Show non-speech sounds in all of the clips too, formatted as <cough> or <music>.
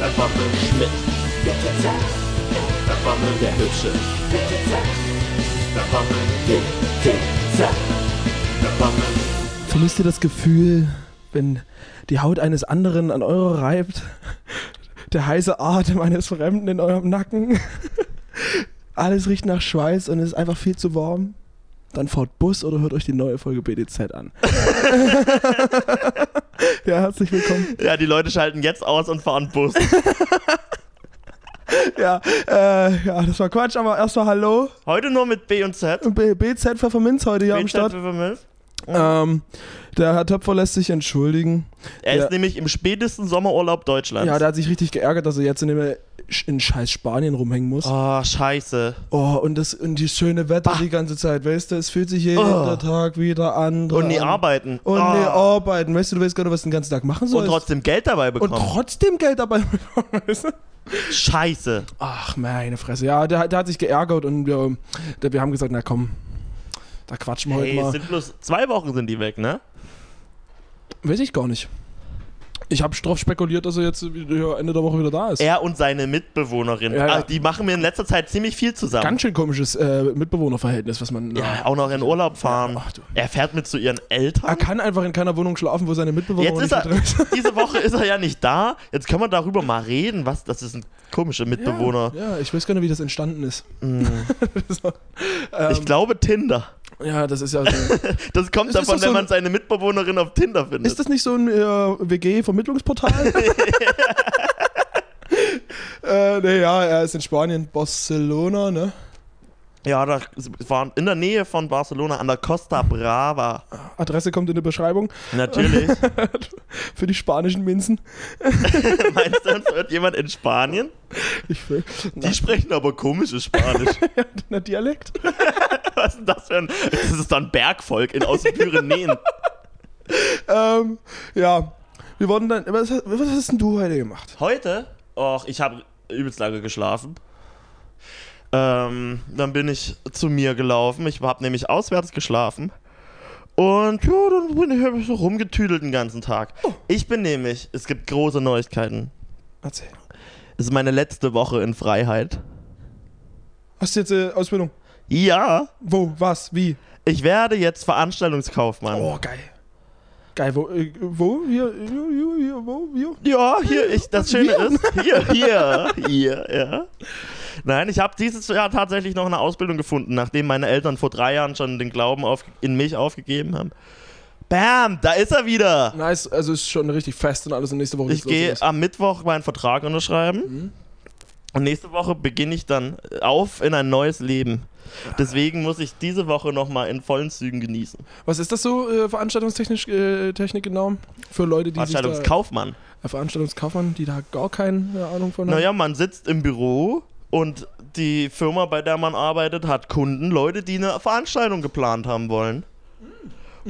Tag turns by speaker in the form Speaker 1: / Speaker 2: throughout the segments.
Speaker 1: Name Schmidt. Da kommen der Hübsche. Da kommen Da kommen
Speaker 2: Vermisst ihr das Gefühl, wenn die Haut eines anderen an eure reibt? Der heiße Atem eines Fremden in eurem Nacken? Alles riecht nach Schweiß und es ist einfach viel zu warm? Dann fahrt Bus oder hört euch die neue Folge BDZ <laughs> an. ja, herzlich willkommen.
Speaker 3: Ja, die Leute schalten jetzt aus und fahren Bus.
Speaker 2: Ja, äh, ja, das war Quatsch, aber erstmal Hallo.
Speaker 3: Heute nur mit B und Z.
Speaker 2: B BZ Pfefferminz heute hier am
Speaker 3: BZ
Speaker 2: Start.
Speaker 3: Pfefferminz.
Speaker 2: Ähm, der Herr Töpfer lässt sich entschuldigen.
Speaker 3: Er
Speaker 2: Ja.
Speaker 3: ist nämlich im spätesten Sommerurlaub Deutschlands.
Speaker 2: Ja, der hat sich richtig geärgert, dass er jetzt in, dem, in scheiß Spanien rumhängen muss.
Speaker 3: oh, scheiße.
Speaker 2: Oh, und das und die schöne Wetter die ganze Zeit, weißt du, es fühlt sich jeden
Speaker 3: Oh.
Speaker 2: Tag wieder an.
Speaker 3: Und nie
Speaker 2: dran.
Speaker 3: arbeiten.
Speaker 2: Und nie
Speaker 3: Ah.
Speaker 2: arbeiten, weißt du, du weißt gar nicht, was du den ganzen Tag machen
Speaker 3: und
Speaker 2: sollst.
Speaker 3: trotzdem Geld dabei
Speaker 2: und
Speaker 3: bekommen.
Speaker 2: trotzdem Geld dabei bekommen, weißt du?
Speaker 3: scheiße.
Speaker 2: Ach, meine Fresse. Ja, der, hat- der hat sich geärgert und wir, der, wir haben gesagt, na komm, da quatschen wir
Speaker 3: Ey, es
Speaker 2: heute mal.
Speaker 3: sind bloß zwei Wochen sind die weg, ne?
Speaker 2: Weiß ich gar nicht. Ich habe drauf spekuliert, dass er jetzt wieder- Ende der Woche wieder da ist.
Speaker 3: Er und seine Mitbewohnerin.
Speaker 2: Ja, ja.
Speaker 3: Ah, die machen mir in letzter Zeit ziemlich viel zusammen.
Speaker 2: Ganz schön komisches äh, Mitbewohnerverhältnis, was man.
Speaker 3: ja, auch noch in Urlaub fahren.
Speaker 2: Ach du.
Speaker 3: er fährt mit zu ihren Eltern.
Speaker 2: Er kann einfach in keiner Wohnung schlafen, wo seine Mitbewohner
Speaker 3: Jetzt ist
Speaker 2: nicht
Speaker 3: er,
Speaker 2: mit drin sind.
Speaker 3: <laughs> diese Woche ist er ja nicht da. Jetzt können wir darüber mal reden. Was, das ist ein komischer Mitbewohner.
Speaker 2: Ja, ja, ich weiß gar nicht, wie das entstanden ist.
Speaker 3: Mm.
Speaker 2: So, ähm,
Speaker 3: Ich glaube Tinder.
Speaker 2: <laughs> ja, das ist ja. So.
Speaker 3: Das kommt
Speaker 2: Es ist doch
Speaker 3: davon,
Speaker 2: so
Speaker 3: wenn man
Speaker 2: ein-
Speaker 3: seine Mitbewohnerin auf Tinder findet.
Speaker 2: ist das nicht so ein äh,
Speaker 3: <laughs>
Speaker 2: WG-Vermittlungsportal? <laughs> äh, nee, ja, er ist in Spanien, Barcelona, ne?
Speaker 3: ja, da waren in der Nähe von Barcelona an der Costa Brava.
Speaker 2: Adresse kommt in der Beschreibung <laughs>
Speaker 3: Natürlich. <laughs>
Speaker 2: für die spanischen Minzen.
Speaker 3: Meinst du, uns hört jemand in Spanien?
Speaker 2: Ich will. <laughs>
Speaker 3: Die sprechen aber komisches Spanisch.
Speaker 2: Na, Dialekt.
Speaker 3: <laughs> Was ist denn das für ein. Das ist doch ein Bergvolk in, aus den Pyrenäen.
Speaker 2: Ähm, ja. Wir wurden dann. Was, hast- was hast denn du heute gemacht?
Speaker 3: <laughs> Heute, och, ich habe übelst lange geschlafen. Ähm, dann bin ich zu mir gelaufen. Ich habe nämlich auswärts geschlafen. Und ja, dann bin ich, hab ich so rumgetüdelt den ganzen Tag. Ich bin nämlich, es gibt große Neuigkeiten.
Speaker 2: Erzähl.
Speaker 3: Es ist meine letzte Woche in Freiheit.
Speaker 2: Hast du jetzt äh, Ausbildung?
Speaker 3: Ja,
Speaker 2: Wo? Was? Wie?
Speaker 3: ich werde jetzt Veranstaltungskaufmann.
Speaker 2: Oh, geil. Geil, wo? Äh, wo? Hier, hier, hier, hier, wo? Hier?
Speaker 3: Ja, hier, ich, das Schöne ist, hier, hier, hier, ja. Nein, ich habe dieses Jahr tatsächlich noch eine Ausbildung gefunden, nachdem meine Eltern vor drei Jahren schon den Glauben auf, in mich aufgegeben haben. Bam, da ist er wieder.
Speaker 2: Nice, also ist schon richtig fest und alles und nächste Woche
Speaker 3: Ich gehe am Mittwoch meinen Vertrag unterschreiben. Und nächste Woche beginne ich dann auf in ein neues Leben. Deswegen muss ich diese Woche nochmal in vollen Zügen genießen.
Speaker 2: Was ist das so äh, veranstaltungstechnisch äh, Technik genau? Für Leute, die sich da,
Speaker 3: Veranstaltungskaufmann.
Speaker 2: äh, Veranstaltungskaufmann, die da gar keine äh, Ahnung von haben.
Speaker 3: Naja, man sitzt im Büro und die Firma, bei der man arbeitet, hat Kunden, Leute, die eine Veranstaltung geplant haben wollen.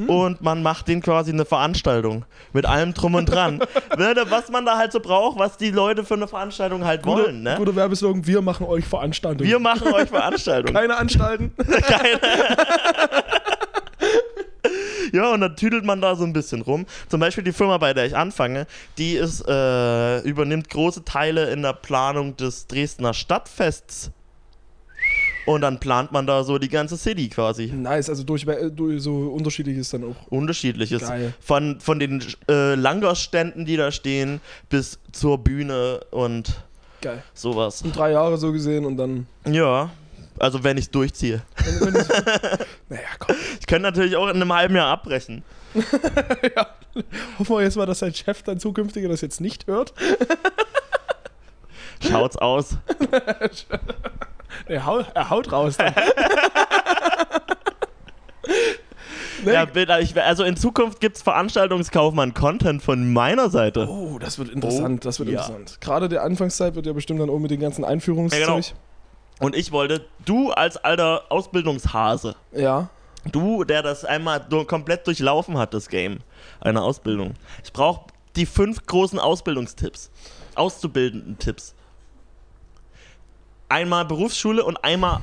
Speaker 3: Und man macht denen quasi eine Veranstaltung mit allem drum und dran. Ne, da- was man da halt so braucht, was die Leute für eine Veranstaltung halt
Speaker 2: Guter-
Speaker 3: wollen. Ne?
Speaker 2: Guter Werbeslogan, wir machen euch Veranstaltungen.
Speaker 3: Wir machen euch Veranstaltungen.
Speaker 2: <laughs> keine
Speaker 3: <laughs>
Speaker 2: Anstalten.
Speaker 3: Ja, und dann tüdelt man da so ein bisschen rum. Zum Beispiel die Firma, bei der ich anfange, die ist, äh, übernimmt große Teile in der Planung des Dresdner Stadtfests. Und dann plant man da so die ganze City quasi.
Speaker 2: nice, also durch, äh, durch so unterschiedliches dann auch.
Speaker 3: Unterschiedliches.
Speaker 2: Geil.
Speaker 3: Von, von den äh, Langos-Ständen, die da stehen, bis zur Bühne und
Speaker 2: Geil.
Speaker 3: sowas.
Speaker 2: Und drei Jahre so gesehen und dann.
Speaker 3: Ja, also wenn ich durchziehe.
Speaker 2: Wenn, wenn es-
Speaker 3: <laughs>
Speaker 2: naja, komm.
Speaker 3: Ich könnte natürlich auch in einem halben Jahr abbrechen.
Speaker 2: Hoffen wir jetzt mal, dass sein Chef, dein zukünftiger, das jetzt nicht hört.
Speaker 3: Schaut's aus.
Speaker 2: Er haut, er haut raus. <laughs> Dann. Nee,
Speaker 3: Ja, bin- also ich- also in Zukunft gibt's Veranstaltungskaufmann-Content von meiner Seite.
Speaker 2: Oh, das wird interessant, das wird
Speaker 3: ja.
Speaker 2: interessant. Gerade der Anfangszeit wird ja bestimmt dann auch mit den ganzen Einführungszeug.
Speaker 3: Ja, genau. Und ich wollte, du als alter Ausbildungshase,
Speaker 2: Ja.
Speaker 3: du, der das einmal nur komplett durchlaufen hat, das Game, eine Ausbildung. Ich brauche die fünf großen Ausbildungstipps, auszubildenden Tipps. Einmal Berufsschule und einmal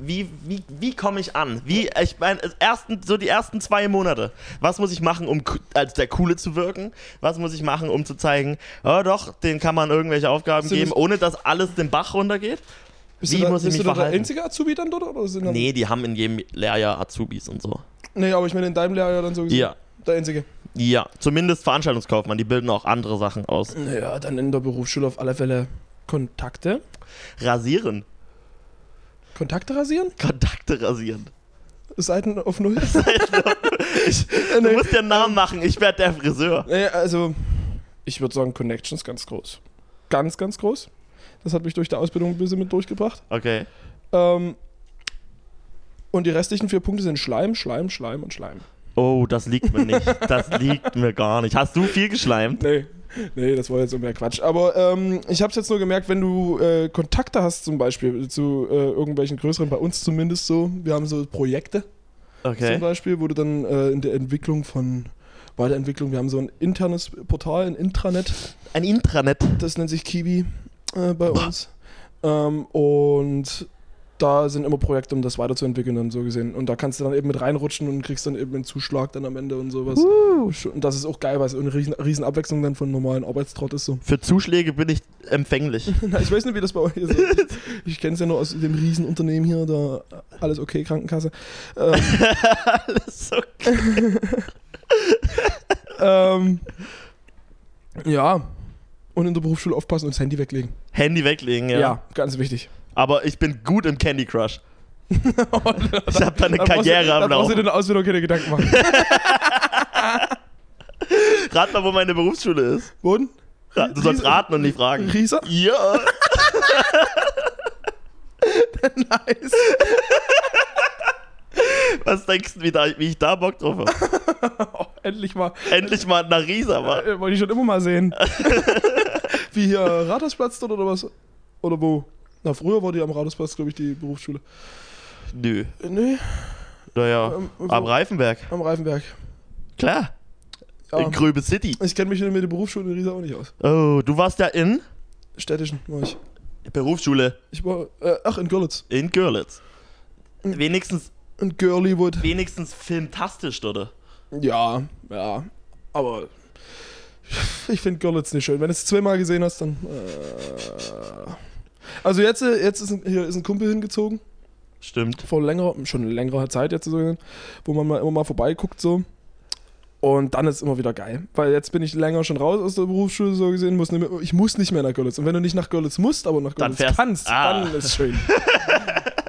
Speaker 3: wie, wie, wie komme ich an? Wie, ich meine, es- ersten, so die ersten zwei Monate. Was muss ich machen, um k- als der Coole zu wirken? Was muss ich machen, um zu zeigen, oh doch, den kann man irgendwelche Aufgaben
Speaker 4: du
Speaker 3: geben,
Speaker 4: das-
Speaker 3: ohne dass alles den Bach runtergeht?
Speaker 4: Bist
Speaker 3: Wie
Speaker 4: du da,
Speaker 3: muss ich
Speaker 4: bist
Speaker 3: mich
Speaker 4: du da der
Speaker 3: verhalten?
Speaker 4: einzige Azubi dann dort? Oder sind da-
Speaker 3: Nee, die haben in jedem Lehrjahr Azubis und so.
Speaker 4: nee, aber ich meine, in deinem Lehrjahr dann so gesehen.
Speaker 3: Ja.
Speaker 4: Der einzige.
Speaker 3: Ja, zumindest Veranstaltungskaufmann, die bilden auch andere Sachen aus.
Speaker 2: Naja, dann in der Berufsschule auf alle Fälle Kontakte.
Speaker 3: Rasieren,
Speaker 2: Kontakte rasieren?
Speaker 3: Kontakte rasieren.
Speaker 2: Seiten auf
Speaker 3: <laughs>
Speaker 2: Null? <laughs>
Speaker 3: Du musst dir einen Namen machen, ich werde der Friseur.
Speaker 2: Naja, also, ich würde sagen, Connections ganz groß. Ganz, ganz groß. Das hat mich durch die Ausbildung ein bisschen mit durchgebracht.
Speaker 3: Okay.
Speaker 2: Ähm, und die restlichen vier Punkte sind Schleim, Schleim, Schleim und Schleim.
Speaker 3: Oh, das liegt mir nicht. Das liegt mir gar nicht. Hast du viel geschleimt?
Speaker 2: Nee, nee, das war jetzt so mehr Quatsch. Aber ähm, ich habe es jetzt nur gemerkt, wenn du äh, Kontakte hast zum Beispiel zu äh, irgendwelchen größeren, bei uns zumindest so, wir haben so Projekte zum
Speaker 3: Okay.
Speaker 2: Beispiel, wo du dann äh, in der Entwicklung von Weiterentwicklung, wir haben so ein internes Portal, ein Intranet,
Speaker 3: Ein Intranet.
Speaker 2: das nennt sich Kiwi äh, bei uns. Ähm, und da sind immer Projekte, um das weiterzuentwickeln, dann so gesehen. Und da kannst du dann eben mit reinrutschen und kriegst dann eben einen Zuschlag dann am Ende und sowas. Und das ist auch geil, weil es eine riesen, riesen Abwechslung dann von normalen Arbeitstrott ist so. <laughs>
Speaker 3: Für Zuschläge bin ich empfänglich.
Speaker 2: Na, ich weiß nicht, wie das bei euch ist. Ich,
Speaker 3: <laughs>
Speaker 2: ich kenne es ja nur aus dem Riesenunternehmen hier, da äh, alles okay, Krankenkasse. Ähm,
Speaker 3: Alles okay.
Speaker 2: ähm, ja. Und in der Berufsschule aufpassen und das Handy weglegen.
Speaker 3: Handy weglegen, ja.
Speaker 2: Ja, ganz
Speaker 3: <laughs>
Speaker 2: wichtig.
Speaker 3: Aber ich bin gut im Candy Crush. Ich habe da eine Karriere
Speaker 2: Da
Speaker 3: am
Speaker 2: brauchst du dir
Speaker 3: Laufen.
Speaker 2: in der Ausbildung keine Gedanken machen.
Speaker 3: Rat mal, wo meine Berufsschule ist.
Speaker 2: Boden?
Speaker 3: Ra- Du sollst raten und nicht fragen.
Speaker 2: Rieser?
Speaker 3: Ja. <laughs>
Speaker 2: Nice.
Speaker 3: Was denkst du, wie, da, wie ich da Bock drauf habe?
Speaker 2: Endlich mal.
Speaker 3: Endlich mal nach Riesa war.
Speaker 2: Äh, wollte ich schon immer mal <laughs> sehen. Wie hier Rathausplatz dort oder was? Oder wo? Na, früher war die am Rathausplatz, glaube ich, die Berufsschule.
Speaker 3: Nö.
Speaker 2: Äh, Nee,
Speaker 3: Naja.
Speaker 2: ähm, wo-
Speaker 3: Am Reifenberg.
Speaker 2: am Reifenberg.
Speaker 3: Klar.
Speaker 2: Ja.
Speaker 3: In Gröbe City.
Speaker 2: Ich kenne mich mit der Berufsschule in Riesa auch nicht aus.
Speaker 3: Oh, du warst ja in
Speaker 2: Städtischen war ich.
Speaker 3: Berufsschule
Speaker 2: Ich war, äh, ach, in Görlitz.
Speaker 3: in Görlitz.
Speaker 2: Hm.
Speaker 3: Wenigstens,
Speaker 2: In Görliwood.
Speaker 3: wenigstens fantastisch, oder?
Speaker 2: Ja, ja. Aber ich finde Görlitz nicht schön. Wenn du es zweimal gesehen hast, dann. Äh. Also jetzt, äh, jetzt ist, ein, hier ist ein Kumpel hingezogen,
Speaker 3: Stimmt.
Speaker 2: vor längerer, schon längerer Zeit jetzt so, wo man mal immer mal vorbeiguckt so. Und dann ist es immer wieder geil. Weil jetzt bin ich länger schon raus aus der Berufsschule so gesehen, muss nicht mehr, ich muss nicht mehr nach Görlitz. Und wenn du nicht nach Görlitz musst, aber nach
Speaker 3: Dann
Speaker 2: Görlitz
Speaker 3: fährst-
Speaker 2: kannst,
Speaker 3: Ah.
Speaker 2: dann ist
Speaker 3: <laughs>
Speaker 2: schön.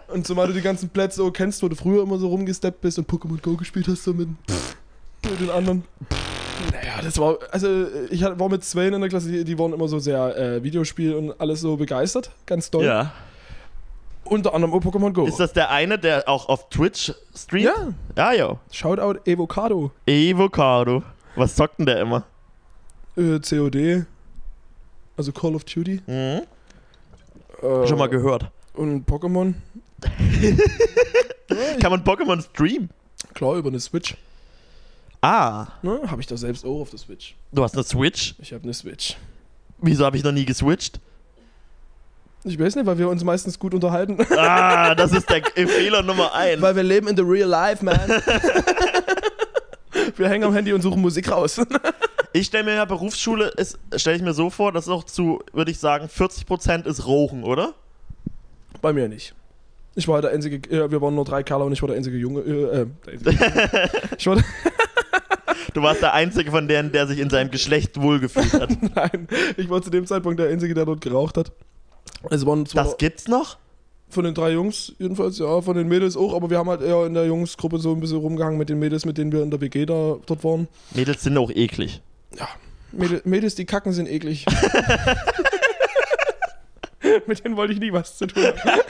Speaker 2: und zumal du die ganzen Plätze auch kennst, wo du früher immer so rumgesteppt bist und Pokémon Go gespielt hast so mit, mit den anderen. Naja, das war, also ich hatte- war mit Sven in der Klasse, die, die waren immer so sehr äh, Videospiel und alles so begeistert, ganz doll.
Speaker 3: Ja.
Speaker 2: Unter anderem auch Pokémon Go.
Speaker 3: Ist das der eine, der auch auf Twitch streamt?
Speaker 2: Oh. ja,
Speaker 3: Ja, jo.
Speaker 2: Shoutout Evocado.
Speaker 3: Evocado. Was zockt denn der immer?
Speaker 2: Äh, COD. Also Call of Duty.
Speaker 3: Mhm.
Speaker 2: Äh,
Speaker 3: Schon mal gehört.
Speaker 2: Und Pokémon.
Speaker 3: Kann man Pokémon streamen?
Speaker 2: Klar, über eine Switch.
Speaker 3: Ah.
Speaker 2: Ne? Habe ich da selbst auch auf der Switch.
Speaker 3: Du hast eine Switch?
Speaker 2: Ich habe eine Switch.
Speaker 3: Wieso habe ich noch nie geswitcht?
Speaker 2: Ich weiß nicht, weil wir uns meistens gut
Speaker 3: <laughs>
Speaker 2: unterhalten.
Speaker 3: Ah, das ist der Fehler Nummer eins.
Speaker 2: weil wir leben in the real life,
Speaker 3: <laughs>
Speaker 2: man. wir hängen am Handy und suchen Musik raus. <laughs>
Speaker 3: Ich stelle mir ja Berufsschule, stelle ich mir so vor, dass auch zu, würde ich sagen, 40% ist Rauchen, oder?
Speaker 2: Bei mir nicht. Ich war der einzige, äh, wir waren nur drei Kerle und ich war der einzige Junge. Äh, äh, der einzige Junge.
Speaker 3: <laughs>
Speaker 2: Ich war,
Speaker 3: Du warst der Einzige von denen, der sich in seinem Geschlecht wohlgefühlt <laughs>
Speaker 2: <laughs>
Speaker 3: hat.
Speaker 2: nein, ich war zu dem Zeitpunkt der einzige, der dort geraucht hat. Es waren zwar-
Speaker 3: Das gibt's noch?
Speaker 2: Von den drei Jungs jedenfalls, ja, von den Mädels auch, aber wir haben halt eher in der Jungsgruppe so ein bisschen rumgehangen mit den Mädels, mit denen wir in der WG da dort waren.
Speaker 3: Mädels sind auch eklig.
Speaker 2: Mädel, Mädels, die kacken, sind eklig. <laughs> mit denen wollte ich nie was zu tun haben.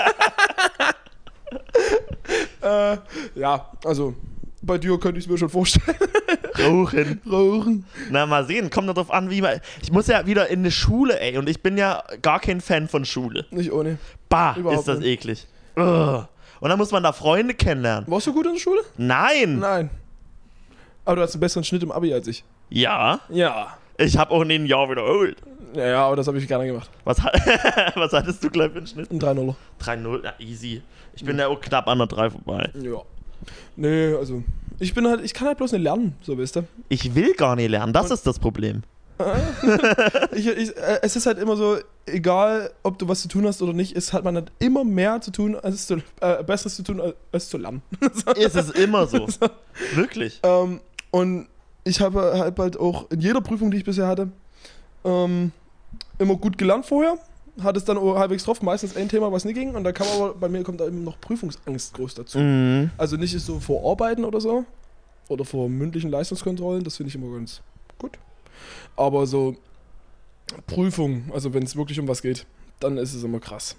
Speaker 2: <laughs> äh, ja, also bei dir könnte ich es mir schon vorstellen.
Speaker 3: Rauchen.
Speaker 2: Rauchen.
Speaker 3: Na, mal sehen. Kommt doch drauf an, wie man. Ich muss ja wieder in eine Schule, ey. Und ich bin ja gar kein Fan von Schule.
Speaker 2: Nicht ohne.
Speaker 3: Bah,
Speaker 2: Überhaupt
Speaker 3: ist das
Speaker 2: nicht.
Speaker 3: eklig. Ugh. Und dann muss man da Freunde kennenlernen.
Speaker 2: Warst du gut in der Schule?
Speaker 3: Nein.
Speaker 2: Nein. Aber du hast einen besseren Schnitt im Abi als ich.
Speaker 3: Ja.
Speaker 2: Ja.
Speaker 3: Ich habe auch nie ein Jahr wiederholt.
Speaker 2: Ja, ja, aber das habe ich gerne gemacht.
Speaker 3: Was, hat- <laughs> was hattest du gleich für einen Schnitt?
Speaker 2: Ein 3-0.
Speaker 3: 3-0, ja, easy. Ich bin ja auch knapp an der 3 vorbei.
Speaker 2: Ja. Nee, also. Ich bin halt, ich kann halt bloß nicht lernen, so <laughs> wisst ihr.
Speaker 3: Ich will gar nicht lernen, das ist
Speaker 2: <laughs>
Speaker 3: das Problem.
Speaker 2: Ich, ich, äh, es ist halt immer so, egal ob du was zu tun hast oder nicht, es hat man halt immer mehr zu tun, als zu, äh, besseres zu tun, als, als zu lernen.
Speaker 3: Es ist
Speaker 2: <laughs>
Speaker 3: immer so. Wirklich.
Speaker 2: Ähm, und ich habe halt, halt auch in jeder Prüfung, die ich bisher hatte, ähm, immer gut gelernt vorher. Hat es dann auch halbwegs drauf, meistens ein Thema, was nicht ging. Und da kam aber, bei mir kommt da eben noch Prüfungsangst groß dazu.
Speaker 3: Mhm.
Speaker 2: Also nicht so vor Arbeiten oder so. Oder vor mündlichen Leistungskontrollen, das finde ich immer ganz gut. Aber so Prüfung, also wenn es wirklich um was geht, dann ist es immer krass.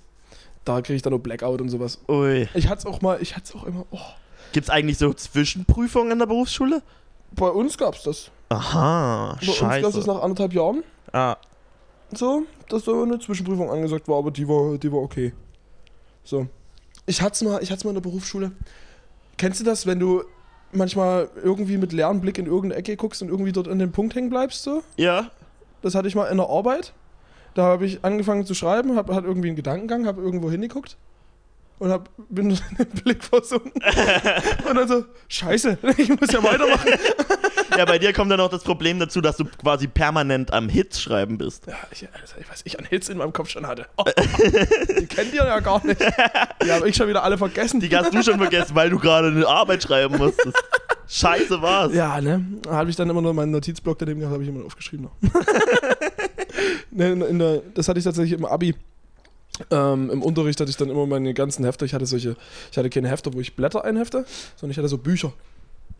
Speaker 2: Da kriege ich dann nur Blackout und sowas.
Speaker 3: Ui.
Speaker 2: Ich hatte es auch mal, ich hatte es auch immer. Oh,
Speaker 3: Gibt's eigentlich so Zwischenprüfungen in der Berufsschule?
Speaker 2: bei uns gab es das.
Speaker 3: Aha,
Speaker 2: Bei uns gab es das
Speaker 3: scheiße.
Speaker 2: nach anderthalb Jahren.
Speaker 3: Ah,
Speaker 2: so, dass da eine Zwischenprüfung angesagt war, aber die war, die war okay. So. Ich hatte's mal, ich hatte's mal in der Berufsschule. Kennst du das, wenn du manchmal irgendwie mit leerem Blick in irgendeine Ecke guckst und irgendwie dort an dem Punkt hängen bleibst so?
Speaker 3: ja.
Speaker 2: Das hatte ich mal in der Arbeit. Da habe ich angefangen zu schreiben, habe hat irgendwie einen Gedankengang, habe irgendwo hingeguckt und hab, bin <laughs> in den Blick versunken. und dann so, scheiße, <laughs> ich muss ja weitermachen.
Speaker 3: <laughs> Ja, bei dir kommt dann noch das Problem dazu, dass du quasi permanent am Hit schreiben bist.
Speaker 2: Ja, ich, also, ich weiß, ich an Hits in meinem Kopf schon hatte. Oh, die kennt ihr ja gar nicht. Die habe ich schon wieder alle vergessen.
Speaker 3: Die hast du schon vergessen, weil du gerade eine Arbeit schreiben musstest. Scheiße war's.
Speaker 2: ja, ne? Da habe ich dann immer nur meinen Notizblock daneben gehabt, habe ich immer nur aufgeschrieben. Noch. <laughs> ne, in, in der, das hatte ich tatsächlich im Abi. Ähm, Im Unterricht hatte ich dann immer meine ganzen Hefte. Ich hatte solche, ich hatte keine Hefte, wo ich Blätter einhefte, sondern ich hatte so Bücher,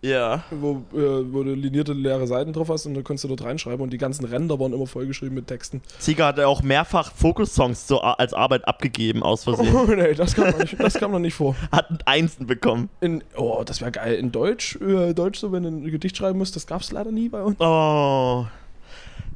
Speaker 3: Ja.
Speaker 2: wo, äh, wo du linierte leere Seiten drauf hast und dann konntest du dort reinschreiben und die ganzen Ränder waren immer vollgeschrieben mit Texten.
Speaker 3: Sieger hat ja auch mehrfach Fokus-Songs zur- als Arbeit abgegeben, aus <laughs> Versehen.
Speaker 2: Oh, nee, das kam, noch nicht, das kam noch nicht <laughs> vor.
Speaker 3: Hat einen Einsen bekommen.
Speaker 2: In, oh, das wäre geil. In Deutsch, äh, Deutsch so, wenn du ein Gedicht schreiben musst, das gab's leider nie bei uns.
Speaker 3: Oh.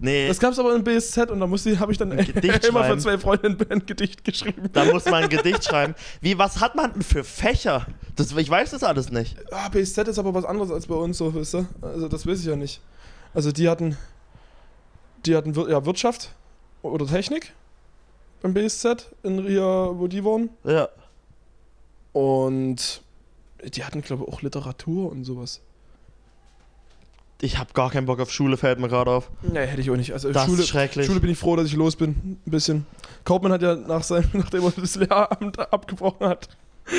Speaker 3: Nee,
Speaker 2: Das gab's aber in BSZ und da musste, habe ich dann <laughs>
Speaker 3: Gedicht
Speaker 2: immer für
Speaker 3: schreiben.
Speaker 2: zwei Freundinnen ein Gedicht geschrieben.
Speaker 3: da muss man ein Gedicht schreiben. Wie, was hat man denn für Fächer? Das, ich weiß das alles nicht.
Speaker 2: Ah, BSZ ist aber was anderes als bei uns, so, wisst ihr? Also, das weiß ich ja nicht. Also, die hatten, die hatten Wir- ja, Wirtschaft oder Technik beim BSZ, in Ria, wo die waren.
Speaker 3: Ja.
Speaker 2: Und die hatten, glaube ich, auch Literatur und sowas.
Speaker 3: Ich habe gar keinen Bock auf Schule, fällt mir gerade auf.
Speaker 2: Nee, hätte ich auch nicht. Also,
Speaker 3: Das
Speaker 2: Schule,
Speaker 3: ist schrecklich.
Speaker 2: Schule bin ich froh, dass ich los bin. Ein bisschen. Kaufmann hat ja nach seinem, <laughs> nachdem er das Lehramt abgebrochen hat. <laughs>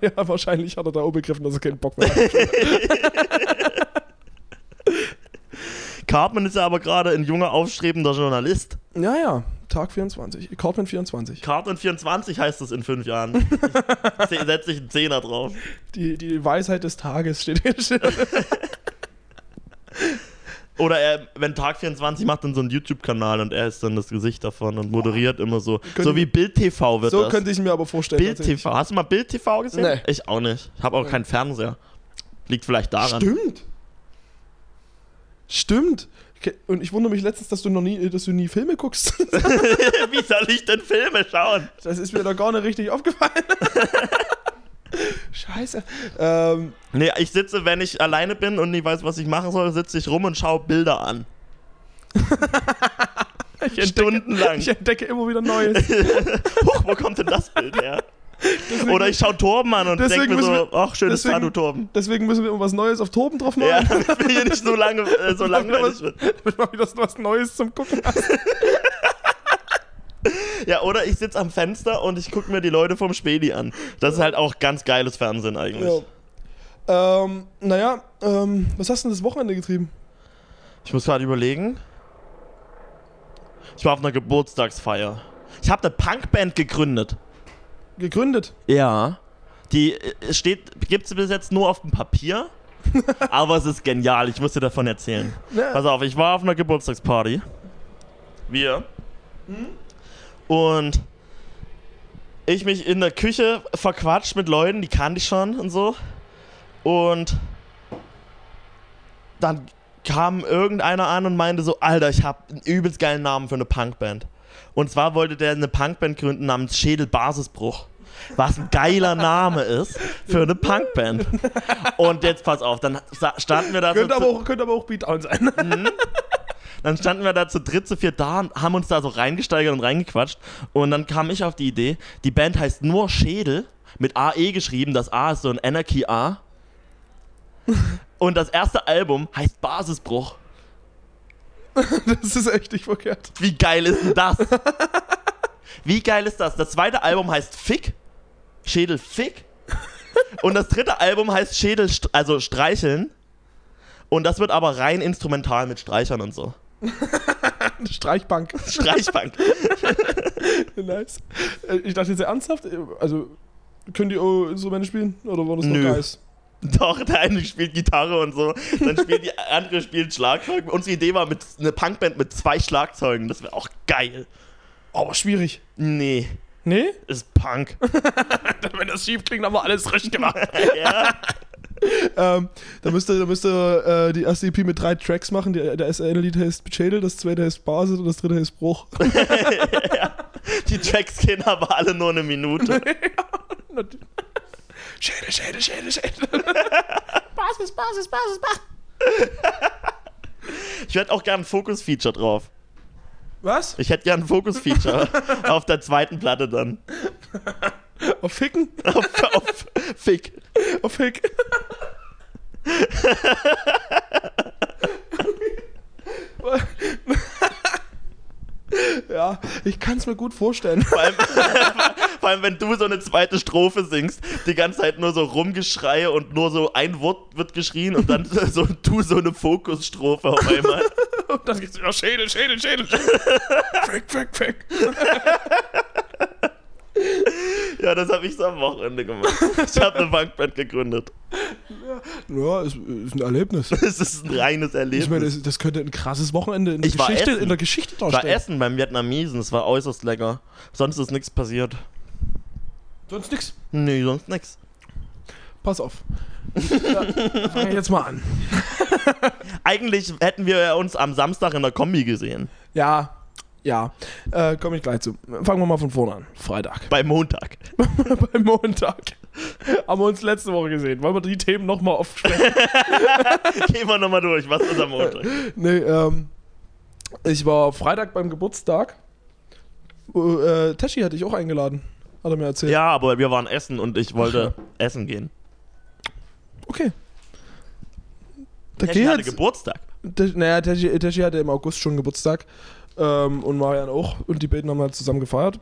Speaker 2: ja, wahrscheinlich hat er da auch begriffen, dass er keinen Bock mehr hat.
Speaker 3: Cartman ist ja aber gerade ein junger, aufstrebender Journalist.
Speaker 2: ja, ja. Tag 24. Kaufmann 24.
Speaker 3: Cartman 24 heißt es in fünf Jahren. Ich se- setz dich einen Zehner drauf.
Speaker 2: Die, die Weisheit des Tages steht
Speaker 3: <laughs>
Speaker 2: hier.
Speaker 3: Oder er, wenn Tag 24 macht, dann so einen YouTube-Kanal und er ist dann das Gesicht davon und moderiert immer so. so wie Bild TV wird
Speaker 2: so
Speaker 3: das.
Speaker 2: könnte ich mir aber vorstellen.
Speaker 3: Bild TV. Hast du mal Bild TV gesehen?
Speaker 2: Nee.
Speaker 3: Ich auch nicht. Ich habe auch keinen Fernseher. Liegt vielleicht daran.
Speaker 2: Stimmt. Stimmt. Okay, Und ich wundere mich letztens, dass du noch nie, dass du nie Filme guckst. <laughs>
Speaker 3: <laughs> wie soll ich denn Filme schauen?
Speaker 2: Das ist mir da gar nicht richtig aufgefallen. <laughs> Scheiße. Ähm,
Speaker 3: Nee, ich sitze, wenn ich alleine bin und nicht weiß, was ich machen soll, sitze ich rum und schaue Bilder an.
Speaker 2: <laughs>
Speaker 3: Stundenlang.
Speaker 2: ich entdecke immer wieder Neues.
Speaker 3: <laughs> Huch, wo kommt denn das Bild her? Oder ich schaue Torben an und denke
Speaker 2: Deswegen
Speaker 3: mir so,
Speaker 2: müssen
Speaker 3: ach, schönes
Speaker 2: deswegen-
Speaker 3: Tattoo, Torben.
Speaker 2: Deswegen müssen wir immer was Neues auf Toben drauf <laughs>
Speaker 3: Ja, <laughs>
Speaker 2: machen.
Speaker 3: damit wir hier nicht so lange, äh, so langweilig wird.
Speaker 2: <laughs> Damit man wieder was Neues zum Gucken hat.
Speaker 3: Ja, oder ich sitze am Fenster und ich gucke mir die Leute vom Spedi an. Das ist halt auch ganz geiles Fernsehen eigentlich.
Speaker 2: Ja. Ähm, naja, ähm, was hast du denn das Wochenende getrieben?
Speaker 3: Ich muss gerade überlegen. Ich war auf einer Geburtstagsfeier. Ich habe eine Punkband gegründet.
Speaker 2: Gegründet.
Speaker 3: Ja. Die äh, steht, gibt's bis jetzt nur auf dem Papier. aber es ist genial. Ich muss dir davon erzählen.
Speaker 2: Ja.
Speaker 3: Pass auf, ich war auf einer Geburtstagsparty. Wir. Und ich mich in der Küche verquatscht mit Leuten, die kannte ich schon und so. Und dann kam irgendeiner an und meinte so, Alter, ich hab einen übelst geilen Namen für eine Punkband. Und zwar wollte der eine Punkband gründen namens Schädel Basisbruch. Was ein geiler Name ist für eine Punkband. Und jetzt pass auf, dann sa- standen wir da so
Speaker 2: Könnte
Speaker 3: zu-
Speaker 2: aber, auch, könnte aber auch Beatdown sein.
Speaker 3: Dann standen wir da zu dritt, zu viert da und haben uns da so reingesteigert und reingequatscht. Und dann kam ich auf die Idee, die Band heißt nur Schädel, mit AE geschrieben. Das A ist so ein Anarchy A. Und das erste Album heißt Basisbruch.
Speaker 2: <laughs> Das ist echt nicht verkehrt.
Speaker 3: Wie geil ist denn das? Wie geil ist das? Das zweite Album heißt Fick. Schädel Fick. Und das dritte Album heißt Schädel, St- also Streicheln. Und das wird aber rein instrumental mit Streichern und so.
Speaker 2: Eine Streichbank.
Speaker 3: Streichbank.
Speaker 2: <laughs> nice. Äh, Ich dachte jetzt ernsthaft, äh, also können die auch Instrumente spielen? Oder war das
Speaker 3: Nö.
Speaker 2: nur Geist?
Speaker 3: Doch, der eine spielt Gitarre und so. Dann spielt die andere spielt Schlagzeug. Unsere Idee war mit eine Punkband mit zwei Schlagzeugen. Das wäre auch geil.
Speaker 2: Aber schwierig.
Speaker 3: Nee,
Speaker 2: Nee?
Speaker 3: ist Punk. <laughs>
Speaker 2: Wenn das schief klingt, haben wir alles richtig <laughs> gemacht.
Speaker 3: ja.
Speaker 2: ähm, da müsste, da müsste äh, die erste EP mit drei Tracks machen. Die, das eine Lied heißt Schädel, das zweite heißt Basis und das dritte heißt Bruch.
Speaker 3: Die Tracks gehen aber alle nur eine Minute.
Speaker 2: <laughs> Schädel, Schädel, Schädel, Schädel. <laughs> Basis, Basis, Basis, Basis.
Speaker 3: Ich hätte auch gern ein Fokus-Feature drauf.
Speaker 2: Was?
Speaker 3: Ich hätte gern ein Fokus-Feature auf der zweiten Platte dann.
Speaker 2: Auf Ficken?
Speaker 3: Auf, auf Fick.
Speaker 2: Auf <laughs> Hick? ja, ich kann es mir gut vorstellen.
Speaker 3: Vor allem, <laughs> vor allem, wenn du so eine zweite Strophe singst, die ganze Zeit nur so rumgeschreie und nur so ein Wort wird geschrien und dann <laughs> so du so eine Fokusstrophe auf einmal.
Speaker 2: <laughs> Und dann geht's wieder Schädel, Schädel,
Speaker 3: <laughs>
Speaker 2: Schädel. Fick, Fick, Fick.
Speaker 3: Ja, das habe ich so am Wochenende gemacht. Ich habe eine Bankband gegründet.
Speaker 2: Ja, ist, ist ein Erlebnis.
Speaker 3: Es ist ein reines
Speaker 2: Ich meine,
Speaker 3: Erlebnis.
Speaker 2: das, das könnte ein krasses Wochenende in der,
Speaker 3: Ich war
Speaker 2: Geschichte,
Speaker 3: essen.
Speaker 2: in der Geschichte
Speaker 3: Ich war
Speaker 2: darstellen.
Speaker 3: essen beim Vietnamesen, es war äußerst lecker. Sonst ist nichts passiert.
Speaker 2: Sonst nix.
Speaker 3: Nee, sonst nichts.
Speaker 2: Pass auf. ja, fang jetzt mal an.
Speaker 3: Eigentlich hätten wir uns am Samstag in der Kombi gesehen.
Speaker 2: Ja, ja. Äh, Komme ich gleich zu. Fangen wir mal von vorne an. Freitag. <laughs>
Speaker 3: Bei Montag.
Speaker 2: Beim Montag. Haben wir uns letzte Woche gesehen. Wollen wir die Themen nochmal aufsprechen?
Speaker 3: Gehen wir nochmal durch. Was ist am Montag?
Speaker 2: <laughs> nee, ähm. Ich war Freitag beim Geburtstag. Äh, Tashi hatte ich auch eingeladen. Hat er mir erzählt.
Speaker 3: Ja, aber wir waren essen und ich wollte
Speaker 2: <laughs>
Speaker 3: essen gehen.
Speaker 2: Okay. Da
Speaker 3: Teddy
Speaker 2: geh
Speaker 3: hatte
Speaker 2: jetzt-
Speaker 3: Geburtstag.
Speaker 2: Te- Naja, Teschi, Teschi hatte im August schon Geburtstag. Ähm, und Marian auch. Und die beiden haben halt zusammen gefeiert.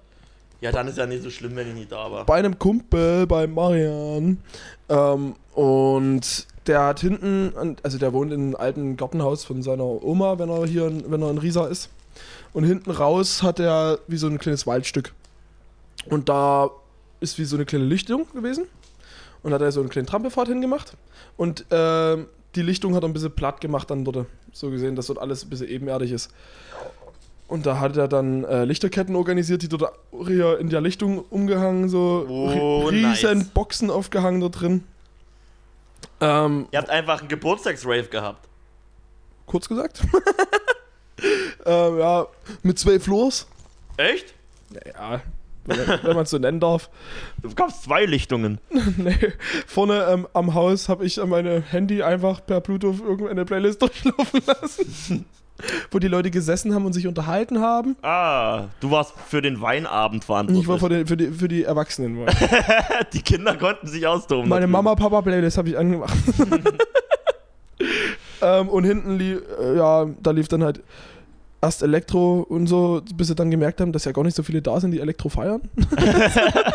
Speaker 3: Ja, dann ist ja nicht so schlimm, wenn ich nicht da war.
Speaker 2: Bei einem Kumpel, bei Marian. Ähm, und der hat hinten, an- also der wohnt in einem alten Gartenhaus von seiner Oma, wenn er hier in, wenn er in Riesa ist. Und hinten raus hat er wie so ein kleines Waldstück. Und da ist wie so eine kleine Lichtung gewesen. Und hat er so einen kleinen Trampelpfad hingemacht. Und ähm, die Lichtung hat er ein bisschen platt gemacht dann dort. So gesehen, dass dort alles ein bisschen ebenerdig ist. Und da hat er dann äh, Lichterketten organisiert, die dort hier in der Lichtung umgehangen, so
Speaker 3: Oh,
Speaker 2: ri- riesen
Speaker 3: nice.
Speaker 2: Boxen aufgehangen da drin. Ähm,
Speaker 3: Ihr habt einfach einen Geburtstagsrave gehabt.
Speaker 2: kurz gesagt. <laughs> ähm, ja, mit zwei Floors.
Speaker 3: Echt?
Speaker 2: Ja, wenn man es so nennen darf.
Speaker 3: Du bekommst
Speaker 2: <laughs>
Speaker 3: zwei Lichtungen.
Speaker 2: Nee, vorne ähm, am Haus habe ich an meinem Handy einfach per Bluetooth irgendeine Playlist <laughs> durchlaufen lassen, wo die Leute gesessen haben und sich unterhalten haben.
Speaker 3: Ah, du warst für den Weinabend verantwortlich.
Speaker 2: Ich war
Speaker 3: <laughs>
Speaker 2: für die, für die, für die Erwachsenen. Weil
Speaker 3: die Kinder konnten sich austoben.
Speaker 2: meine
Speaker 3: natürlich.
Speaker 2: Mama, Papa Playlist habe ich angemacht. ähm, und hinten lief, äh, ja, da lief dann halt erst Elektro und so, bis sie dann gemerkt haben, dass ja gar nicht so viele da sind, die Elektro feiern.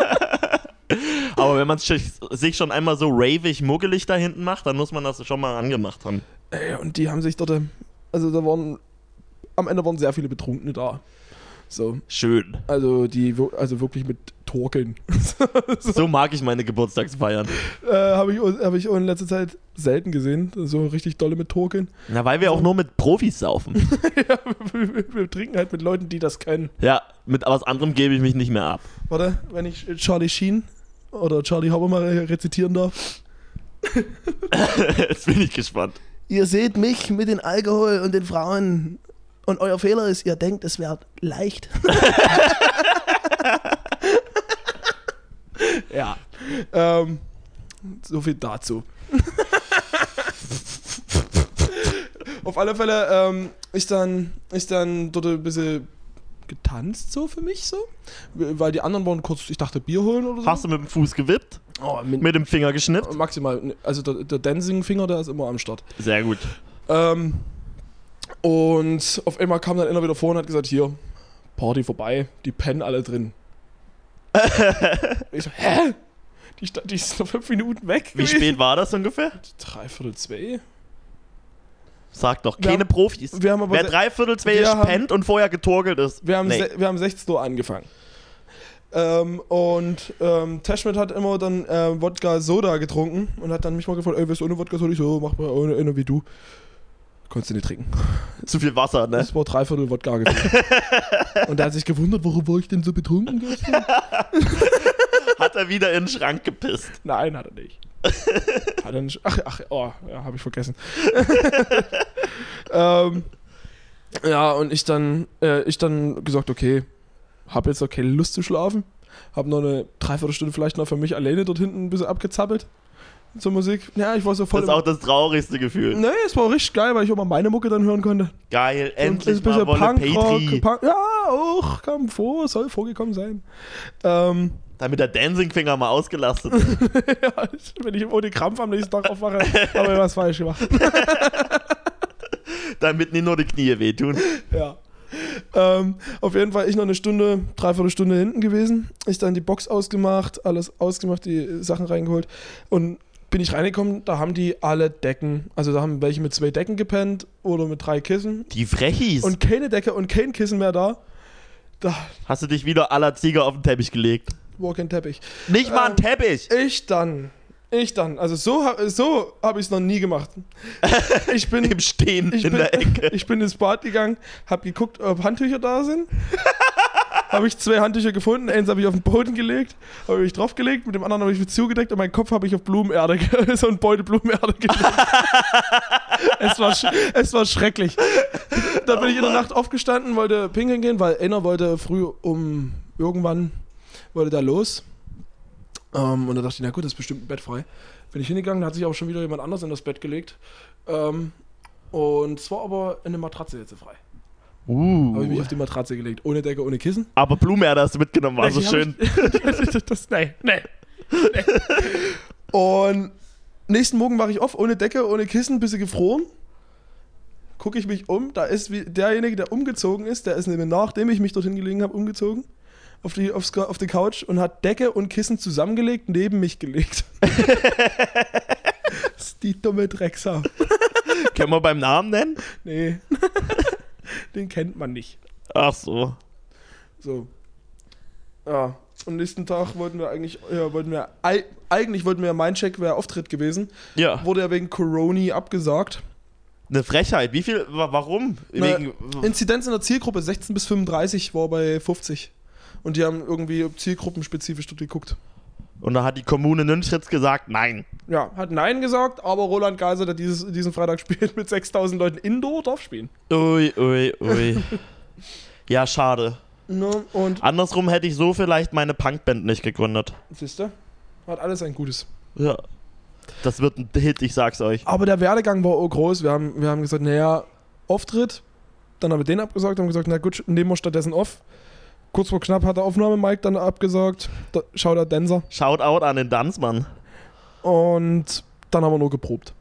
Speaker 3: <laughs> Aber wenn man sich sich schon einmal so ravig, muggelig da hinten macht, dann muss man das schon mal angemacht haben.
Speaker 2: Ey, und die haben sich dort, ähm, also da waren, am Ende waren sehr viele Betrunkene da. So,
Speaker 3: Schön.
Speaker 2: also die, wir- also wirklich mit Torkeln.
Speaker 3: So mag ich meine Geburtstagsfeiern.
Speaker 2: äh, Habe ich, hab ich auch in letzter Zeit selten gesehen, so richtig dolle mit <laughs> Torkeln.
Speaker 3: Na, weil wir auch nur mit Profis saufen.
Speaker 2: <laughs> ja, wir, wir, wir trinken halt mit Leuten, die das können.
Speaker 3: Ja, mit was anderem gebe ich mich nicht mehr ab. <laughs>
Speaker 2: Warte, wenn ich Charlie Sheen oder Charlie Hopper mal re- rezitieren darf.
Speaker 3: Jetzt bin ich gespannt.
Speaker 2: Ihr seht mich mit dem Alkohol und den Frauen und euer Fehler ist, ihr denkt, es wäre leicht. ja. Ähm, so viel dazu. Auf alle Fälle, ähm, ich dann, ich dann dort ein bisschen getanzt so für mich so, weil die anderen waren kurz, ich dachte Bier holen oder so.
Speaker 3: Hast du mit dem Fuß gewippt?
Speaker 2: Oh, mit-
Speaker 3: Mit dem Finger geschnippt?
Speaker 2: Maximal, also der, der Dancing-Finger, der ist immer am Start.
Speaker 3: Sehr gut.
Speaker 2: Ähm, und auf einmal kam dann einer wieder vor und hat gesagt, hier, Party vorbei, die pennen alle drin. ich so, hä? Die, sta- die ist noch fünf Minuten weg
Speaker 3: Wie
Speaker 2: gewesen.
Speaker 3: spät war das ungefähr?
Speaker 2: Dreiviertel zwei.
Speaker 3: Sag doch,
Speaker 2: Wir
Speaker 3: keine
Speaker 2: haben-
Speaker 3: Profis.
Speaker 2: wir haben aber
Speaker 3: Wer
Speaker 2: se-
Speaker 3: dreiviertel
Speaker 2: wir
Speaker 3: zwei
Speaker 2: haben-
Speaker 3: pennt und vorher getorkelt ist.
Speaker 2: Wir haben,
Speaker 3: Nee.
Speaker 2: se- wir haben 16 Uhr angefangen. Ähm, und ähm, Teschmidt hat immer dann ähm, Wodka Soda getrunken und hat dann mich mal gefragt, ey, wirst du ohne Wodka Soda? Ich so, mach mal ohne, ohne wie du. Konntest du nicht trinken.
Speaker 3: Ne? Zu viel Wasser, ne?
Speaker 2: Das war dreiviertel Wodka
Speaker 3: <laughs>
Speaker 2: gewesen. und er hat sich gewundert, warum war ich denn so betrunken gestern?
Speaker 3: Hat er wieder in den Schrank gepisst.
Speaker 2: Nein, hat er
Speaker 3: <laughs>
Speaker 2: nicht. hat er nicht. Ach, ach oh, ja, habe ich vergessen. <laughs> ähm, ja, und ich dann, äh, ich dann gesagt, okay, habe jetzt auch keine Lust zu schlafen. Habe noch eine Dreiviertelstunde vielleicht noch für mich alleine dort hinten ein bisschen abgezappelt zur Musik. Ja, ich war so voll.
Speaker 3: Das ist auch das traurigste Gefühl.
Speaker 2: im, nee, es war richtig geil, weil ich auch mal meine Mucke dann hören konnte.
Speaker 3: Geil, endlich
Speaker 2: Und ein
Speaker 3: mal
Speaker 2: bisschen
Speaker 3: Wolle Petri.
Speaker 2: Punkrock, Punk, ja, auch, kam vor, soll vorgekommen sein. Ähm, <laughs>
Speaker 3: Damit der Dancing-Finger mal ausgelastet ist.
Speaker 2: ja, wenn ich ohne Krampf am nächsten Tag
Speaker 3: <laughs>
Speaker 2: aufwache, habe ich was falsch gemacht.
Speaker 3: Damit nicht nur die Knie wehtun.
Speaker 2: Ja. Ähm, auf jeden Fall ich noch eine Stunde, dreiviertel Stunde hinten gewesen. Ich dann die Box ausgemacht, alles ausgemacht, die äh, Sachen reingeholt. Und bin ich reingekommen, da haben die alle Decken. Also da haben welche mit zwei Decken gepennt oder mit drei Kissen.
Speaker 3: Die Frechis.
Speaker 2: Und keine Decke und kein Kissen mehr da. Da
Speaker 3: Hast du dich wieder aller Tiger auf den Teppich gelegt?
Speaker 2: war kein Teppich.
Speaker 3: Nicht mal ein Teppich.
Speaker 2: Äh, Ich dann. Ich dann. Also so, ha- so habe ich es noch nie gemacht. Ich bin,
Speaker 3: Im
Speaker 2: <laughs>
Speaker 3: Stehen
Speaker 2: Ich
Speaker 3: in
Speaker 2: bin,
Speaker 3: der Ecke.
Speaker 2: ich bin ins Bad gegangen, hab geguckt, ob Handtücher da sind. <laughs> habe ich zwei Handtücher gefunden. Eins habe ich auf den Boden gelegt, habe ich draufgelegt, mit dem anderen habe ich mich zugedeckt und meinen Kopf habe ich auf Blumenerde, <laughs> ge- so einen Beutel Blumenerde gelegt. <laughs> es, war, sch- es war schrecklich. Da bin ich in der Nacht aufgestanden, wollte pinkeln gehen, weil einer wollte früh um irgendwann, wollte da los. Ähm, und da dachte ich, na gut, das ist bestimmt ein Bett frei. Bin ich hingegangen, da hat sich auch schon wieder jemand anders in das Bett gelegt. Ähm, und zwar aber eine Matratze jetzt frei. Habe ich mich
Speaker 3: Uh.
Speaker 2: auf die Matratze gelegt. Ohne Decke, ohne Kissen.
Speaker 3: Aber Blumenerde hast du mitgenommen, war
Speaker 2: Nee,
Speaker 3: so
Speaker 2: die
Speaker 3: schön.
Speaker 2: hab Ich, <laughs> das, das, nee, nee, nee. Und nächsten Morgen war ich auf, ohne Decke, ohne Kissen, bisschen gefroren. Gucke ich mich um, da ist wie derjenige, der umgezogen ist, der ist nämlich nachdem ich mich dorthin gelegen habe, umgezogen. Auf die, aufs, auf die Couch und hat Decke und Kissen zusammengelegt, neben mich <laughs> gelegt. das ist die dumme Drecksau.
Speaker 3: Können wir beim Namen nennen?
Speaker 2: <laughs> Nee. Den kennt man nicht.
Speaker 3: Ach so.
Speaker 2: So. Ja. Und nächsten Tag wollten wir eigentlich, ja, wollten wir, ei- eigentlich wollten wir Mindcheck wäre Auftritt gewesen.
Speaker 3: Ja.
Speaker 2: Wurde ja wegen Coroni abgesagt.
Speaker 3: Eine Frechheit. Wie viel? wa- Warum?
Speaker 2: Na,
Speaker 3: Wegen.
Speaker 2: Inzidenz in der Zielgruppe 16 bis 35 war bei 50. Und die haben irgendwie zielgruppenspezifisch dort geguckt.
Speaker 3: Und da hat die Kommune Nünchritz gesagt, nein.
Speaker 2: Ja, hat Nein gesagt, aber Roland Geiser, der dieses, diesen Freitag <laughs> spielt, mit 6000 Leuten Indoor darf spielen.
Speaker 3: Ui, ui,
Speaker 2: <laughs>
Speaker 3: ui. ja, schade.
Speaker 2: Ne? Und,
Speaker 3: Andersrum hätte ich so vielleicht meine Punkband nicht gegründet.
Speaker 2: siehst du, hat alles ein Gutes.
Speaker 3: Ja. Das wird ein Hit, ich sag's euch.
Speaker 2: Aber der Werdegang war auch groß. Wir haben, wir haben gesagt, naja, Auftritt. Dann haben wir den abgesagt, haben gesagt, na gut, nehmen wir stattdessen auf. Kurz vor knapp hat der Aufnahme-Mike dann abgesagt. Da, Shoutout Denser.
Speaker 3: Shoutout an den Danzmann.
Speaker 2: Und dann haben wir nur geprobt.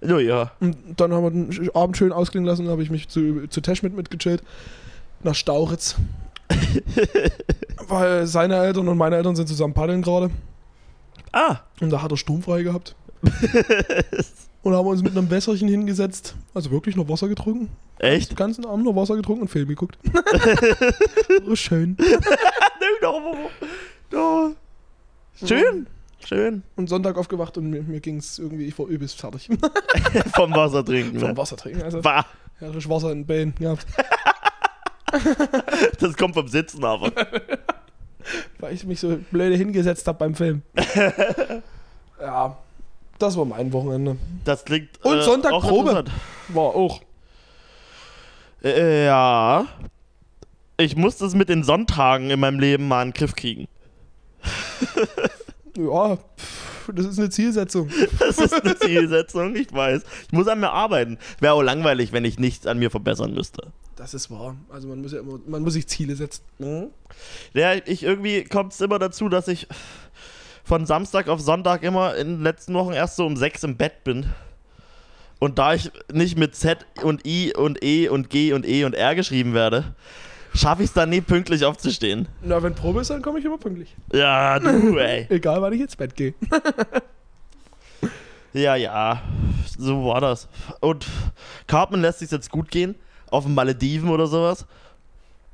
Speaker 3: Ja, ja.
Speaker 2: Und dann haben wir den Sch- Abend schön ausklingen lassen. Dann habe ich mich zu, zu Teschmidt mitgechillt. Nach Stauritz. Weil seine Eltern und meine Eltern sind zusammen paddeln gerade.
Speaker 3: Ah,
Speaker 2: Und da hat er sturmfrei gehabt. und haben uns mit einem Wässerchen hingesetzt. Also wirklich noch Wasser getrunken.
Speaker 3: echt?
Speaker 2: den ganzen Abend noch Wasser getrunken und Film geguckt. so schön.
Speaker 3: Nö, doch, wo- wo- da. Schön. Schön.
Speaker 2: Und Sonntag aufgewacht und mir, mir ging es irgendwie, ich war übelst fertig.
Speaker 3: <laughs>
Speaker 2: <laughs>
Speaker 3: Vom Wasser trinken.
Speaker 2: Vom
Speaker 3: Ne?
Speaker 2: Wasser trinken. Also,
Speaker 3: Bah,
Speaker 2: ja, ich Wasser in den Beinen gehabt.
Speaker 3: Das kommt vom Sitzen aber.
Speaker 2: Weil ich mich so blöde hingesetzt habe beim Film. ja, das war mein Wochenende.
Speaker 3: Das klingt. äh,
Speaker 2: Und Sonntag
Speaker 3: auch
Speaker 2: Probe.
Speaker 3: interessant.
Speaker 2: War auch.
Speaker 3: Äh, Ja. Ich muss das mit den Sonntagen in meinem Leben mal in den Griff kriegen.
Speaker 2: Ja, pff, Das ist eine Zielsetzung.
Speaker 3: <laughs> Das ist eine Zielsetzung, ich weiß. Ich muss an mir arbeiten. Wäre auch langweilig, wenn ich nichts an mir verbessern müsste.
Speaker 2: Das ist wahr. Also man muss ja immer, man muss sich Ziele setzen.
Speaker 3: Ja, ich irgendwie kommt es immer dazu, dass ich von Samstag auf Sonntag immer in den letzten Wochen erst so um sechs im Bett bin. Und da ich nicht mit Z und I und E und G und E und R geschrieben werde, schaffe ich es dann nie pünktlich aufzustehen.
Speaker 2: Na, wenn Probe ist, dann komme ich immer pünktlich.
Speaker 3: Ja, du, ey.
Speaker 2: Egal, wann ich ins Bett gehe.
Speaker 3: Ja, ja. So war das. Und Cartman lässt sich jetzt gut gehen. Auf den Malediven oder sowas.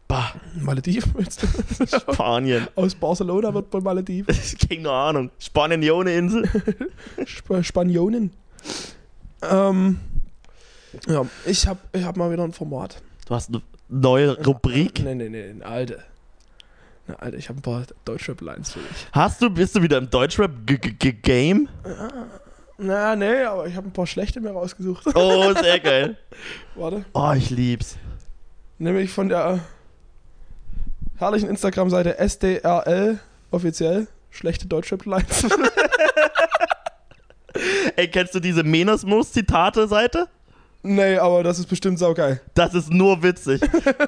Speaker 3: Bah,
Speaker 2: Malediven jetzt.
Speaker 3: Spanien. <laughs>
Speaker 2: Aus Barcelona wird bei Malediven.
Speaker 3: Keine Ahnung. Spanien, ja, ohne Insel.
Speaker 2: Sp Spanionen. Ähm, ja, ich habe ich hab mal wieder ein Format.
Speaker 3: Du hast eine neue Rubrik.
Speaker 2: Nee, nee, nee, eine alte. Eine alte, ich habe ein paar Deutschrap-Lines für dich.
Speaker 3: Hast du, bist du wieder im Deutschrap-Game?
Speaker 2: Na, nee, aber ich habe ein paar schlechte mir rausgesucht. <laughs>
Speaker 3: Oh, sehr geil.
Speaker 2: Warte.
Speaker 3: Oh, ich lieb's.
Speaker 2: Nämlich von der herrlichen Instagram-Seite SDRL offiziell. Schlechte Deutschrap-Lines.
Speaker 3: Ey, kennst du diese Menosmos-Zitate-Seite?
Speaker 2: <laughs> nee, aber das ist bestimmt saugeil.
Speaker 3: Das ist nur witzig.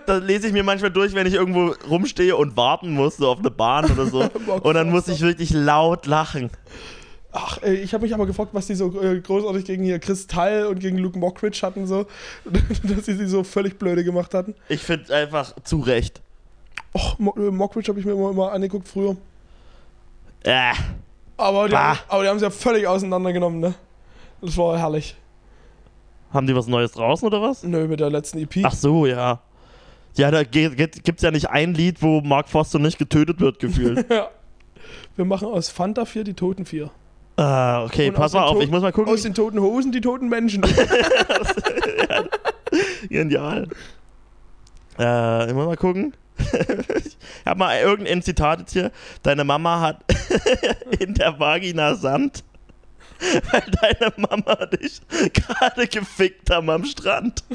Speaker 3: Das lese ich mir manchmal durch, wenn ich irgendwo rumstehe und warten muss, so auf eine Bahn
Speaker 2: <laughs>
Speaker 3: oder so. Und dann muss ich wirklich laut lachen.
Speaker 2: Ach, ey, ich habe mich aber gefragt, was die so äh, großartig gegen hier Kristall und gegen Luke Mockridge hatten, so. <laughs> Dass sie sie so völlig blöde gemacht hatten.
Speaker 3: Ich finde einfach zu Recht.
Speaker 2: Och, Mo äh, Mockridge habe ich mir immer, immer angeguckt früher.
Speaker 3: Äh,
Speaker 2: Aber die,
Speaker 3: Bah.
Speaker 2: haben, aber die haben sie ja völlig auseinandergenommen, ne? Das war herrlich.
Speaker 3: haben die was Neues draußen oder was?
Speaker 2: Nö, mit der letzten E EP.
Speaker 3: Ach so, ja. Ja, da geht, geht, gibt's ja nicht ein Lied, wo Mark Foster nicht getötet
Speaker 2: <laughs>
Speaker 3: wird, gefühlt.
Speaker 2: <laughs> Ja. Wir machen aus Fanta 4 die Toten 4.
Speaker 3: ah, okay,
Speaker 2: Und aus
Speaker 3: pass
Speaker 2: den
Speaker 3: mal auf,
Speaker 2: To-
Speaker 3: ich muss mal gucken.
Speaker 2: Aus den toten Hosen die toten
Speaker 3: <laughs>
Speaker 2: Menschen.
Speaker 3: Genial. Äh, ich muss mal gucken. <laughs> ich hab mal irgendein Zitat jetzt hier. Deine Mama hat <laughs> in der Vagina Sand, <laughs> weil deine Mama dich gerade gefickt haben am Strand. <laughs>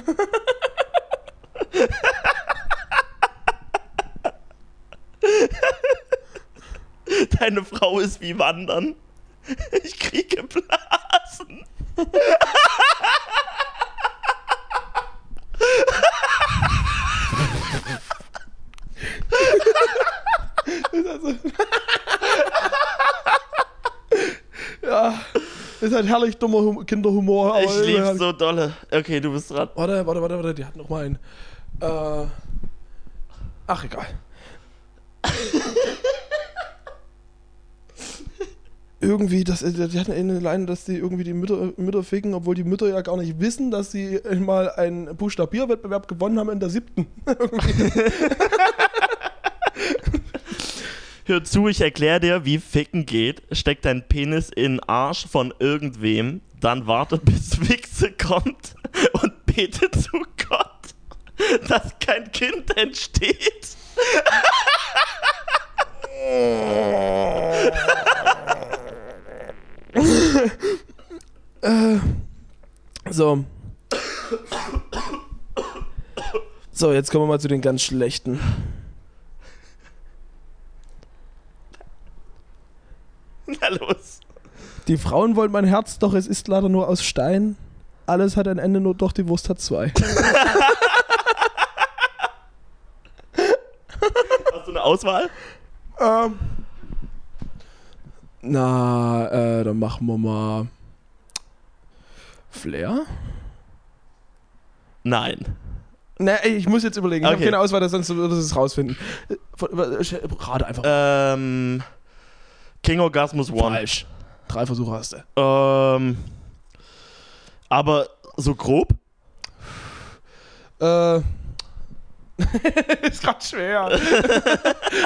Speaker 3: Deine Frau ist wie Wandern. Ich kriege Blasen.
Speaker 2: ja. Ist halt herrlich dummer hum Kinderhumor. aber
Speaker 3: Ich lieb's
Speaker 2: herrlich.
Speaker 3: so dolle. Okay, du bist dran.
Speaker 2: Warte, warte, warte, warte, die hat noch mal einen. Äh, ach, egal. irgendwie, das, äh, die hatten eine Leine, dass die irgendwie die Mütter, Mütter ficken, obwohl die Mütter ja gar nicht wissen, dass sie mal einen Buchstabierwettbewerb gewonnen haben in der siebten.
Speaker 3: Hör zu, ich erkläre dir, wie Ficken geht. Steck deinen Penis in den Arsch von irgendwem, dann warte, <laughs> bis Wichse kommt und bete zu Gott, dass kein Kind entsteht. <laughs>
Speaker 2: So. <coughs> So, jetzt kommen wir mal zu den ganz schlechten.
Speaker 3: Na los.
Speaker 2: Die Frauen wollen mein Herz, doch es ist leider nur aus Stein. Alles hat ein Ende, nur doch die Wurst hat zwei.
Speaker 3: Hast du eine Auswahl?
Speaker 2: Ähm. Na, äh, dann machen wir mal. Flair?
Speaker 3: Nein.
Speaker 2: Ne, ey, ich muss jetzt überlegen. Ich
Speaker 3: Okay.
Speaker 2: habe keine Auswahl, sonst würde ich es rausfinden. Äh, von- äh, Rate einfach.
Speaker 3: Ähm. King Orgasmus One.
Speaker 2: Falsch. Drei Versuche hast du.
Speaker 3: Ähm. Aber so grob? <laughs>
Speaker 2: Äh. <laughs> ist grad
Speaker 3: <laughs>
Speaker 2: schwer.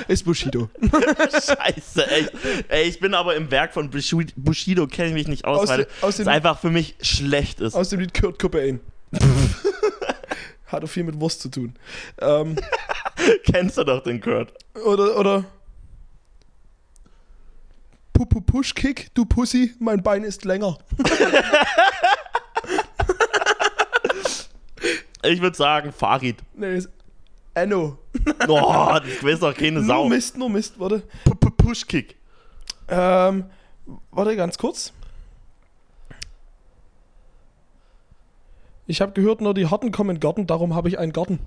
Speaker 2: ist Bushido.
Speaker 3: Scheiße, echt. Ey, ich bin aber im Werk von Bushido, Bushido kenne ich mich nicht aus,
Speaker 2: Aus
Speaker 3: weil
Speaker 2: den- aus
Speaker 3: es
Speaker 2: den-
Speaker 3: einfach für mich schlecht ist.
Speaker 2: Aus dem Lied Kurt
Speaker 3: <laughs>
Speaker 2: Cobain. Hat auch viel mit Wurst zu tun. Ähm,
Speaker 3: Kennst du doch den Kurt.
Speaker 2: oder, oder. Pupu Push Kick, du Pussy, mein Bein ist länger.
Speaker 3: Ich würde sagen, Farid.
Speaker 2: Nee, ist Enno.
Speaker 3: Oh, das weiß doch keine
Speaker 2: Nur
Speaker 3: Sau.
Speaker 2: Mist, nur Mist, warte.
Speaker 3: P- P- Pushkick.
Speaker 2: Ähm, Warte, ganz kurz. Ich habe gehört, nur die Harten kommen in den Garten, darum habe ich einen Garten.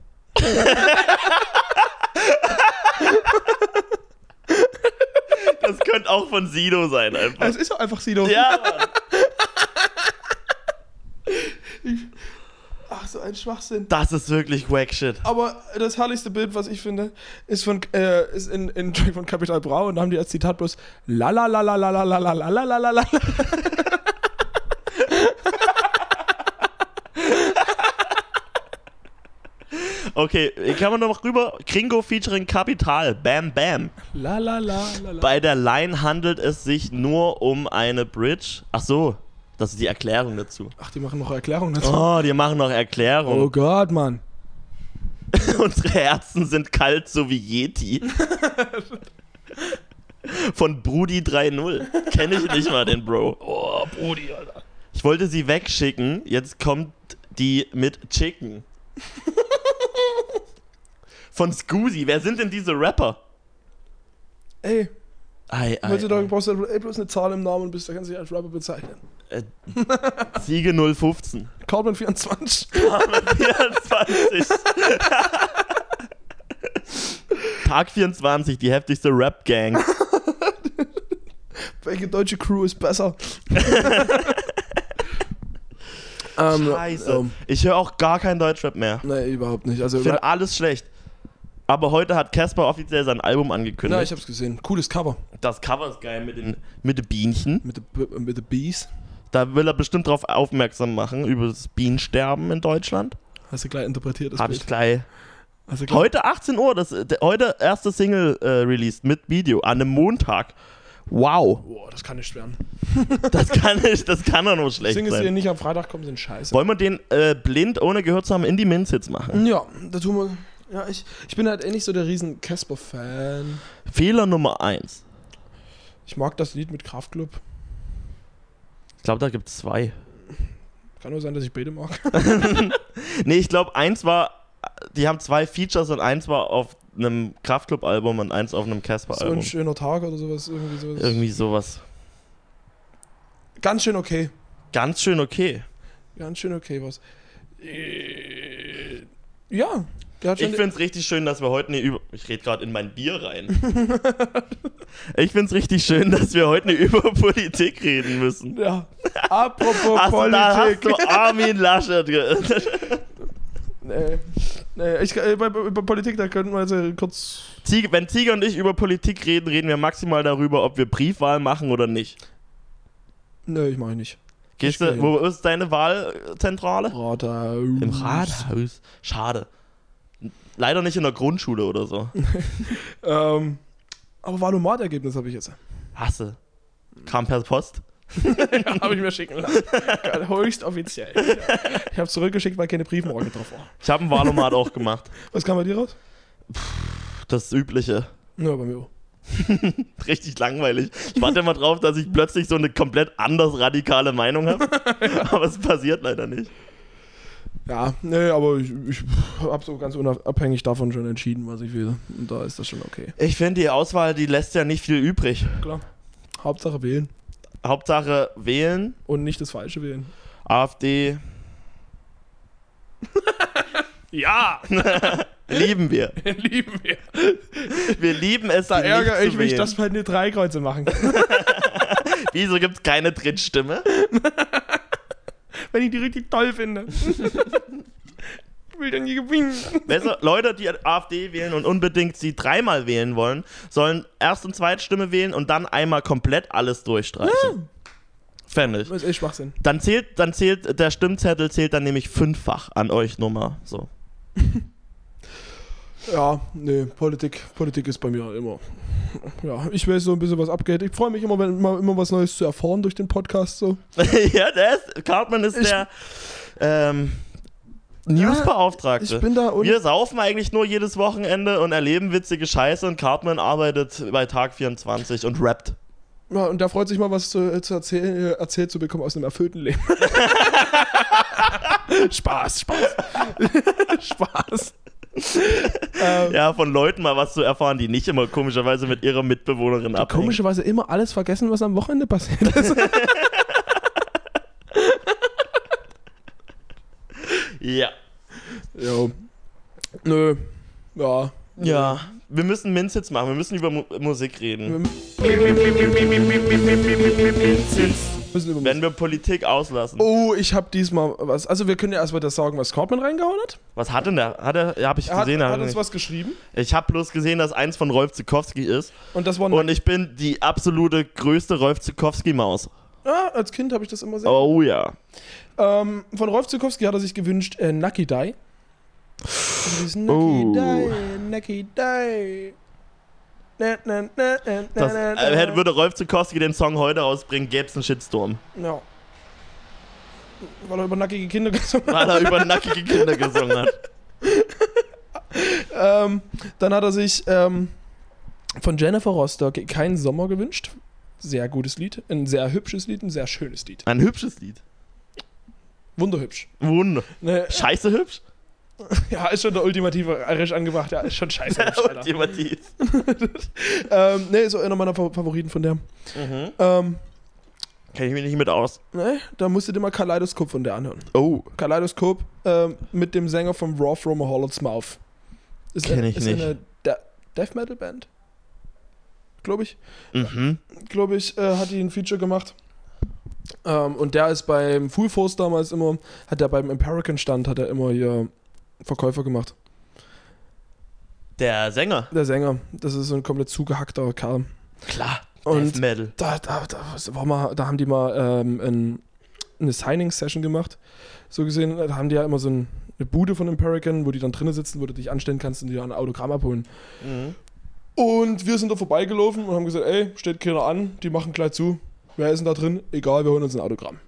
Speaker 3: Das könnte auch von Sido sein, einfach.
Speaker 2: Es ist doch einfach Sido.
Speaker 3: Ja, Mann.
Speaker 2: Ach, so ein Schwachsinn.
Speaker 3: das ist wirklich wack shit.
Speaker 2: Aber das herrlichste Bild, was ich finde, ist von äh, ist in, in Track von Capital Bra und da haben die als Zitat bloß la la la la la la la la la la la la la.
Speaker 3: Okay, kann man noch rüber. Kringo featuring Kapital. Bam, bam.
Speaker 2: La la la la la.
Speaker 3: Bei der Line handelt es sich nur um eine Bridge. Ach so, das ist die Erklärung dazu.
Speaker 2: Ach, die machen noch Erklärungen dazu.
Speaker 3: Oh, die machen noch
Speaker 2: Oh,
Speaker 3: Erklärung.
Speaker 2: Gott, Mann.
Speaker 3: <laughs> Unsere Herzen sind kalt, so wie Yeti. Von Brudi 3.0. Kenne ich nicht mal den Bro.
Speaker 2: Oh, Brudi, Alter.
Speaker 3: Ich wollte sie wegschicken, jetzt kommt die mit Chicken. Von Scoozy. Wer sind denn diese Rapper?
Speaker 2: Ey,
Speaker 3: Ei, ei,
Speaker 2: heutzutage brauchst du ey, bloß eine Zahl im Namen und bist, da kannst du dich als Rapper bezeichnen.
Speaker 3: ei. Äh, Siege 015.
Speaker 2: Carbon 24.
Speaker 3: 24. <laughs> Tag 24, die heftigste Rap-Gang.
Speaker 2: Welche deutsche Crew ist
Speaker 3: <laughs>
Speaker 2: besser?
Speaker 3: Scheiße. Ich höre auch gar kein Deutschrap mehr.
Speaker 2: Nein, Ähm, überhaupt nicht. Also,
Speaker 3: Ich finde alles schlecht. Aber heute hat Casper offiziell sein Album
Speaker 2: na,
Speaker 3: angekündigt.
Speaker 2: ich hab's gesehen. Cooles Cover.
Speaker 3: das Cover ist geil mit den, mit den Bienchen.
Speaker 2: Mit den mit the Bees.
Speaker 3: Da will er bestimmt drauf aufmerksam machen, über das Bienensterben in Deutschland.
Speaker 2: Hast du gleich interpretiert, das
Speaker 3: Hab
Speaker 2: Bild.
Speaker 3: ich gleich.
Speaker 2: Hast du gleich-
Speaker 3: Heute 18 Uhr, das, äh, der- heute erste Single äh, released mit Video an einem Montag. Wow, <laughs>
Speaker 2: Boah, das kann nicht werden.
Speaker 3: das kann ich, das kann doch nur schlecht
Speaker 2: Singen sie
Speaker 3: sein.
Speaker 2: nicht am Freitag kommen, sind scheiße.
Speaker 3: Wollen wir den äh, blind, ohne gehört zu haben, in die Minz jetzt machen?
Speaker 2: Ja, da tun wir. Ja, ich, ich bin halt eh nicht so der riesen Casper-Fan.
Speaker 3: Fehler Nummer 1.
Speaker 2: Ich mag das Lied mit Kraftclub.
Speaker 3: Ich glaube, da gibt es zwei.
Speaker 2: Kann nur sein, dass ich Bede mag. <laughs>
Speaker 3: Nee, ich glaube, eins war, die haben zwei Features und eins war auf einem Kraftclub-Album und eins auf einem
Speaker 2: So ein
Speaker 3: Casper-Album.
Speaker 2: schöner Tag oder sowas. Irgendwie sowas.
Speaker 3: Irgendwie sowas.
Speaker 2: Ganz schön okay.
Speaker 3: Ganz schön okay.
Speaker 2: Ganz schön okay was. Äh, Ja. Der hat
Speaker 3: Ich
Speaker 2: schon
Speaker 3: finde es richtig schön, dass wir heute eine Über... Ich rede gerade in mein Bier rein. <laughs> ich finde es richtig schön, dass wir heute nicht über Politik reden müssen.
Speaker 2: ja. Apropos
Speaker 3: Hast du, da hast
Speaker 2: Politik.
Speaker 3: du Armin Laschet ge- <laughs>
Speaker 2: Nee. Nee, ich, äh, bei, bei bei Politik, da könnten wir jetzt äh, kurz.
Speaker 3: Tiger, Wenn Tiger und ich über Politik reden, reden wir maximal darüber, ob wir Briefwahl machen oder nicht.
Speaker 2: Nö, ich mache nicht.
Speaker 3: Gehst
Speaker 2: Ich
Speaker 3: du,
Speaker 2: geh
Speaker 3: wo ist deine Wahlzentrale?
Speaker 2: Rathaus.
Speaker 3: Im Rathaus. Schade. Leider nicht in der Grundschule oder so.
Speaker 2: Ähm, aber Valomat-Ergebnis habe ich
Speaker 3: <laughs>
Speaker 2: jetzt.
Speaker 3: Hasse. Kam per Post.
Speaker 2: Habe ich mir schicken lassen. Geil, Höchst offiziell. Ich habe zurückgeschickt, weil keine Briefmarke drauf war.
Speaker 3: Ich habe einen <laughs> Wahlomat auch gemacht.
Speaker 2: Was kam bei dir raus?
Speaker 3: Das Übliche.
Speaker 2: Ja, bei mir auch.
Speaker 3: <laughs> richtig langweilig. Ich warte immer drauf, dass ich plötzlich so eine komplett anders radikale Meinung <laughs> habe. Aber es passiert leider nicht.
Speaker 2: Ja, nee, aber ich, ich habe so ganz unabhängig davon schon entschieden, was ich will. Und da ist das schon okay.
Speaker 3: Ich finde, die Auswahl, die lässt ja nicht viel übrig.
Speaker 2: Klar. Hauptsache wählen
Speaker 3: Hauptsache wählen,
Speaker 2: und nicht das Falsche wählen.
Speaker 3: AfD.
Speaker 2: Ja, <laughs>
Speaker 3: Lieben <laughs> wir.
Speaker 2: lieben wir.
Speaker 3: Wir lieben es,
Speaker 2: Da
Speaker 3: die
Speaker 2: ärgere
Speaker 3: nicht
Speaker 2: ich
Speaker 3: zu
Speaker 2: mich,
Speaker 3: wählen.
Speaker 2: dass wir eine Dreikreuze machen.
Speaker 3: Wieso gibt es keine Drittstimme?
Speaker 2: <laughs> Wenn ich die richtig toll <laughs> finde. ich will dann nie gewinnen.
Speaker 3: Besser, Leute, die AfD wählen und unbedingt sie dreimal wählen wollen, sollen Erst- und Zweitstimme wählen und dann einmal komplett alles durchstreichen. Fände ich.
Speaker 2: Das ist echt Schwachsinn.
Speaker 3: Dann zählt, dann zählt, der Stimmzettel zählt dann nämlich fünffach an euch Nummer. So.
Speaker 2: Ja, nee, Politik, Politik ist bei mir immer. Ja, ich weiß so ein bisschen, was abgeht. Ich freue mich immer, wenn immer, immer was Neues zu erfahren durch den Podcast. So.
Speaker 3: <laughs> ja, der ist, Cartman ist
Speaker 2: Ich-
Speaker 3: der ähm, Newsbeauftragte.
Speaker 2: Ich bin da und
Speaker 3: wir saufen eigentlich nur jedes Wochenende und erleben witzige Scheiße und Cartman arbeitet bei Tag 24 und rappt.
Speaker 2: ja, und da freut sich mal was zu, zu erzählen, erzählt zu bekommen aus einem erfüllten <laughs> Leben. <laughs> Spaß, Spaß. Spaß.
Speaker 3: ja, von Leuten mal was zu erfahren, die nicht immer komischerweise mit ihrer Mitbewohnerin abhängen.
Speaker 5: Komischerweise immer alles vergessen, was am Wochenende passiert ist.
Speaker 2: <laughs>
Speaker 3: Ja.
Speaker 5: jo.
Speaker 2: Nö. Ja.
Speaker 3: Ja. Wir müssen Minz jetzt machen, wir müssen über Mu Musik reden.
Speaker 5: Müssen über
Speaker 3: Wenn wir Politik auslassen.
Speaker 2: Oh, ich habe diesmal was. Also wir können ja erstmal das sagen, was Cortman reingehauen hat.
Speaker 3: Was hat denn der? Hat er, ja, hab ich
Speaker 2: Er hat,
Speaker 3: gesehen.
Speaker 2: hat
Speaker 3: hab ich
Speaker 2: uns
Speaker 3: nicht.
Speaker 2: was geschrieben
Speaker 3: ich habe bloß gesehen, dass eins von Rolf Zukowski ist.
Speaker 2: und das war
Speaker 3: Und ich bin die absolute größte Rolf Zukowski-Maus.
Speaker 2: ah, als Kind habe ich das immer sehr.
Speaker 3: Oh ja.
Speaker 2: Ähm, von Rolf Zukowski hat er sich gewünscht äh, Nucky Die. Und dieses Nucky
Speaker 3: Oh.
Speaker 2: Die, Nucky Die. Na, na, na, na, na,
Speaker 3: Das,
Speaker 2: na,
Speaker 3: äh,
Speaker 2: na.
Speaker 3: hätte- würde Rolf Zukowski den Song heute rausbringen, gäbe es einen Shitstorm.
Speaker 2: Ja. Weil er über nackige Kinder gesungen hat.
Speaker 3: Weil er über nackige Kinder gesungen hat.
Speaker 2: Ähm, dann hat er sich ähm, von Jennifer Rostock Kein Sommer gewünscht. Sehr gutes Lied. Ein sehr hübsches Lied, ein sehr schönes Lied.
Speaker 3: Ein hübsches Lied.
Speaker 2: Wunderhübsch.
Speaker 3: Wunder.
Speaker 2: Ne,
Speaker 3: Scheiße hübsch.
Speaker 2: <laughs> ja, ist schon der ultimative Irish angebracht. Ja, ist schon scheiße. hübsch, Alter.
Speaker 3: Jemand die-
Speaker 2: ähm, ne, ist einer meiner Fa- Favoriten von der.
Speaker 3: Mhm.
Speaker 2: Ähm,
Speaker 3: Kenn ich mich nicht mit aus.
Speaker 2: ne, da musst du dir mal Kaleidoskop von der anhören.
Speaker 3: Oh.
Speaker 2: Kaleidoskop ähm, mit dem Sänger von Raw from a Hollows Mouth. Ist
Speaker 3: Kenn
Speaker 2: eine-
Speaker 3: ich
Speaker 2: ist
Speaker 3: nicht.
Speaker 2: eine De Death Metal Band. Glaube ich.
Speaker 3: Mhm.
Speaker 2: glaube ich, äh, hat die ein Feature gemacht. Ähm, und der ist beim Full Force damals immer, hat er beim American Stand, hat er immer hier Verkäufer gemacht.
Speaker 3: Der Sänger.
Speaker 2: Der Sänger, das ist so ein komplett zugehackter Kerl.
Speaker 3: Klar.
Speaker 2: Und-
Speaker 3: Death Metal.
Speaker 2: Da, da, da, was war mal, da haben die mal ähm, ein, eine Signing-Session gemacht. So gesehen, da haben die ja immer so ein, eine Bude von American, wo die dann drinnen sitzen, wo du dich anstellen kannst und dir ein Autogramm abholen.
Speaker 3: Mhm.
Speaker 2: Und wir sind da vorbeigelaufen und haben gesagt, ey, steht keiner an, die machen gleich zu. Wer ist denn da drin? Egal, wir holen uns ein Autogramm.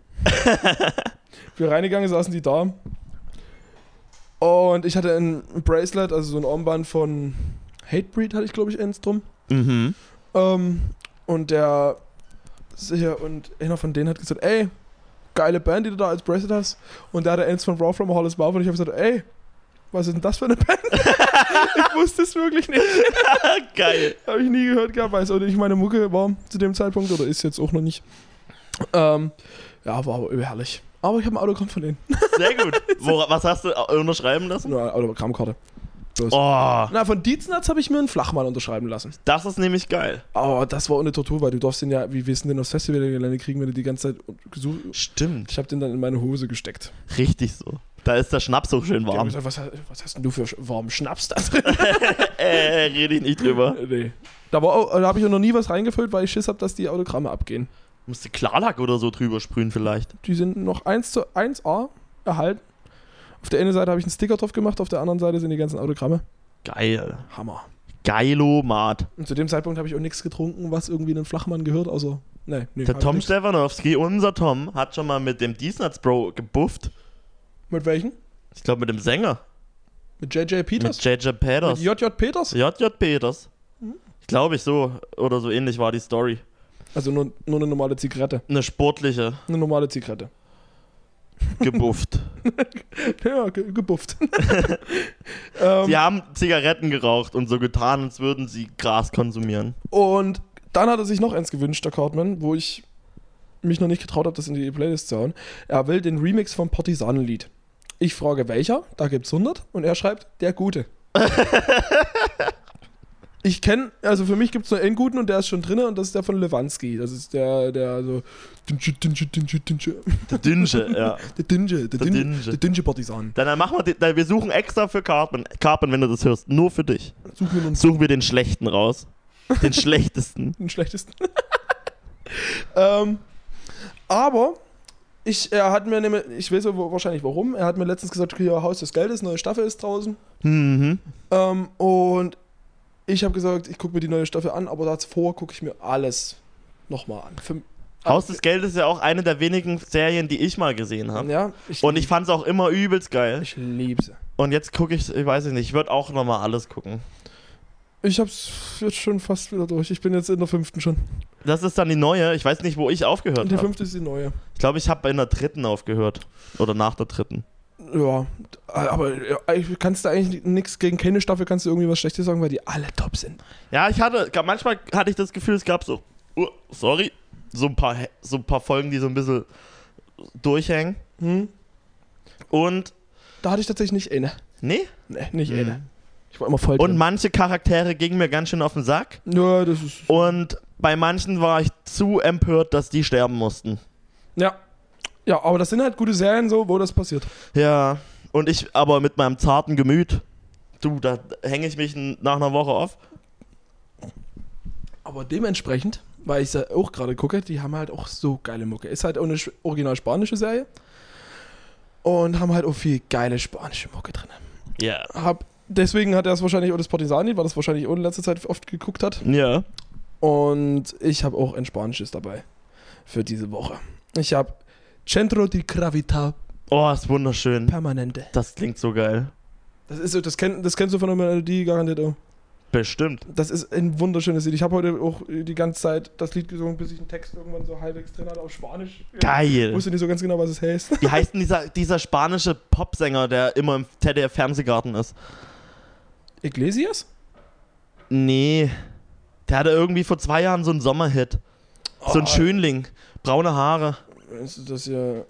Speaker 2: wir reingegangen, saßen die da. Und ich hatte ein Bracelet, also so ein Armband von Hatebreed hatte ich, glaube ich, eins drum.
Speaker 3: Mhm.
Speaker 2: Ähm, und der sicher und einer von denen hat gesagt, ey, geile Band, die du da als Bracelet hast. Und da hatte eins von Raw from a Hollis Mouth und ich habe gesagt, ey, was ist denn das für eine Band? ich wusste es wirklich nicht.
Speaker 3: Geil.
Speaker 2: Habe ich nie gehört gehabt, weiß auch nicht, meine Mucke war zu dem Zeitpunkt oder ist jetzt auch noch nicht. Ähm, ja, war aber überherrlich. Aber ich habe ein Autogramm von denen.
Speaker 3: Sehr gut. Wora, was hast du äh, unterschreiben lassen?
Speaker 2: Eine Autogrammkarte.
Speaker 3: Oh,
Speaker 2: Na, von Dietznatz habe ich mir einen Flachmann unterschreiben lassen.
Speaker 3: das ist nämlich geil.
Speaker 2: Aber das war eine Tortur, weil du darfst den ja, wie willst du den aufs Festivalgelände kriegen, wenn du die ganze Zeit gesucht
Speaker 3: Stimmt.
Speaker 2: Ich habe den dann in meine Hose gesteckt.
Speaker 3: Richtig so. Da ist der Schnaps so schön
Speaker 2: Die haben
Speaker 3: warm.
Speaker 2: gesagt, was, was hast denn du für sch- warmen Schnaps da drin?
Speaker 3: Äh, rede ich nicht drüber.
Speaker 2: <laughs> nee. Da, war auch- da habe ich auch noch nie was reingefüllt, weil ich Schiss habe, dass die Autogramme abgehen.
Speaker 3: Musst du Klarlack oder so drüber sprühen vielleicht.
Speaker 2: Die sind noch 1 zu 1A erhalten. Auf der einen Seite habe ich einen Sticker drauf gemacht, auf der anderen Seite sind die ganzen Autogramme.
Speaker 3: Geil.
Speaker 2: Hammer.
Speaker 3: Geilomat.
Speaker 2: Und zu dem Zeitpunkt habe ich auch nichts getrunken, was irgendwie einem Flachmann gehört, außer. Nee, nee.
Speaker 3: Der
Speaker 2: hab
Speaker 3: Tom
Speaker 2: nix.
Speaker 3: Stefanowski, unser Tom, hat schon mal mit dem Diesnats Bro gebufft.
Speaker 2: Mit welchen?
Speaker 3: Ich glaube mit dem Sänger.
Speaker 2: Mit JJ Peters?
Speaker 3: Mit JJ
Speaker 2: Mit
Speaker 3: Peters.
Speaker 2: JJ Peters?
Speaker 3: JJ Peters. Ich glaube ich so oder so ähnlich war die Story.
Speaker 2: Also nur, nur eine normale Zigarette.
Speaker 3: Eine sportliche
Speaker 2: Eine normale Zigarette. <laughs>
Speaker 3: gebufft.
Speaker 2: Ja, ge
Speaker 3: <laughs>
Speaker 2: gebufft. <laughs> ähm,
Speaker 3: Sie haben Zigaretten geraucht und so getan, als würden sie Gras konsumieren.
Speaker 2: Und dann hat er sich noch eins gewünscht, der Cartman, wo ich mich noch nicht getraut habe, das in die Playlist zu hauen. Er will den Remix vom Partisanenlied. Ich frage, welcher? Da gibt's 100. Und er schreibt, der <laughs> Gute. ich kenne, also für mich gibt's nur einen Guten und der ist schon drinne und das ist der von Lewanski. Das ist der, der so... Dinsche, dinsche, dinsche, dinsche.
Speaker 3: Der Dünsche, ja.
Speaker 2: Der Dinsche, der
Speaker 3: Der
Speaker 2: Dinsche,
Speaker 3: Dinsche.
Speaker 2: der Dinsche Partisan.
Speaker 3: Dann, dann machen wir, den, dann, wir suchen extra für Carpen. Carpen, wenn du das hörst, nur für dich.
Speaker 2: Suchen wir uns
Speaker 3: Suchen wir den Schlechten raus. Den Schlechtesten.
Speaker 2: den schlechtesten. <laughs> ähm, aber ich, er hat mir nämlich, ich weiß ja wo- wahrscheinlich warum, er hat mir letztens gesagt, hier Haus des Geldes, neue Staffel ist draußen.
Speaker 3: Mhm.
Speaker 2: Ähm, und ich habe gesagt, ich gucke mir die neue Staffel an, aber davor gucke ich mir alles nochmal an. Fünf-
Speaker 3: Haus des Geldes ist ja auch eine der wenigen Serien, die ich mal gesehen habe.
Speaker 2: ja, ich,
Speaker 3: Und ich fand es auch immer übelst geil.
Speaker 2: ich liebe sie.
Speaker 3: Und jetzt gucke ich, ich weiß nicht, ich würde auch nochmal alles gucken.
Speaker 2: Ich hab's jetzt schon fast wieder durch. Ich bin jetzt in der fünften schon.
Speaker 3: Das ist dann die neue, ich weiß nicht, wo ich aufgehört
Speaker 2: Und die
Speaker 3: habe.
Speaker 2: fünfte ist die neue.
Speaker 3: Ich glaube, ich habe bei einer dritten aufgehört. Oder nach der dritten.
Speaker 2: ja, aber ja, ich- kannst du eigentlich nichts gegen keine Staffel, kannst du irgendwie was Schlechtes sagen, weil die alle top sind.
Speaker 3: Ja, ich hatte, ga- manchmal hatte ich das Gefühl, es gab so, uh, sorry, so ein, paar, Hä- so ein paar Folgen, die so ein bisschen durchhängen.
Speaker 2: Hm?
Speaker 3: Und,
Speaker 2: Da hatte ich tatsächlich nicht eine.
Speaker 3: nee.
Speaker 2: Nee, nicht
Speaker 3: Mhm.
Speaker 2: eine. Ich war immer voll
Speaker 3: Und
Speaker 2: drin.
Speaker 3: manche Charaktere gingen mir ganz schön auf den Sack.
Speaker 2: Ja, das ist.
Speaker 3: Und bei manchen war ich zu empört, dass die sterben mussten.
Speaker 2: Ja. Ja, aber das sind halt gute Serien so, wo das passiert.
Speaker 3: Ja, und ich aber mit meinem zarten Gemüt, du, da hänge ich mich n- nach einer Woche auf.
Speaker 2: Aber dementsprechend, weil ich ja auch gerade gucke, die haben halt auch so geile Mucke. Ist halt auch eine sch- original spanische Serie. Und haben halt auch viel geile spanische Mucke drin.
Speaker 3: Ja.
Speaker 2: Hab, deswegen hat er es wahrscheinlich auch das Partisani, weil das wahrscheinlich auch in letzter Zeit oft geguckt hat.
Speaker 3: Ja.
Speaker 2: Und ich habe auch ein spanisches dabei für diese Woche. Ich habe Centro di Gravita
Speaker 3: Oh, ist wunderschön.
Speaker 2: Permanente.
Speaker 3: Das klingt so geil.
Speaker 2: Das ist so, das, kenn, das kennst du von der Melodie garantiert auch.
Speaker 3: Bestimmt.
Speaker 2: Das ist ein wunderschönes Lied. Ich habe heute auch die ganze Zeit das Lied gesungen, bis ich einen Text irgendwann so halbwegs drin hatte auf Spanisch. Ich
Speaker 3: Geil.
Speaker 2: wusste nicht so ganz genau, was es heißt.
Speaker 3: Wie heißt denn dieser, dieser spanische Popsänger, der immer im ZDF-Fernsehgarten ist?
Speaker 2: Iglesias?
Speaker 3: Nee. Der hatte irgendwie vor zwei Jahren so einen Sommerhit. So ein
Speaker 2: Oh.
Speaker 3: Schönling. Braune Haare.
Speaker 2: Ist das ja.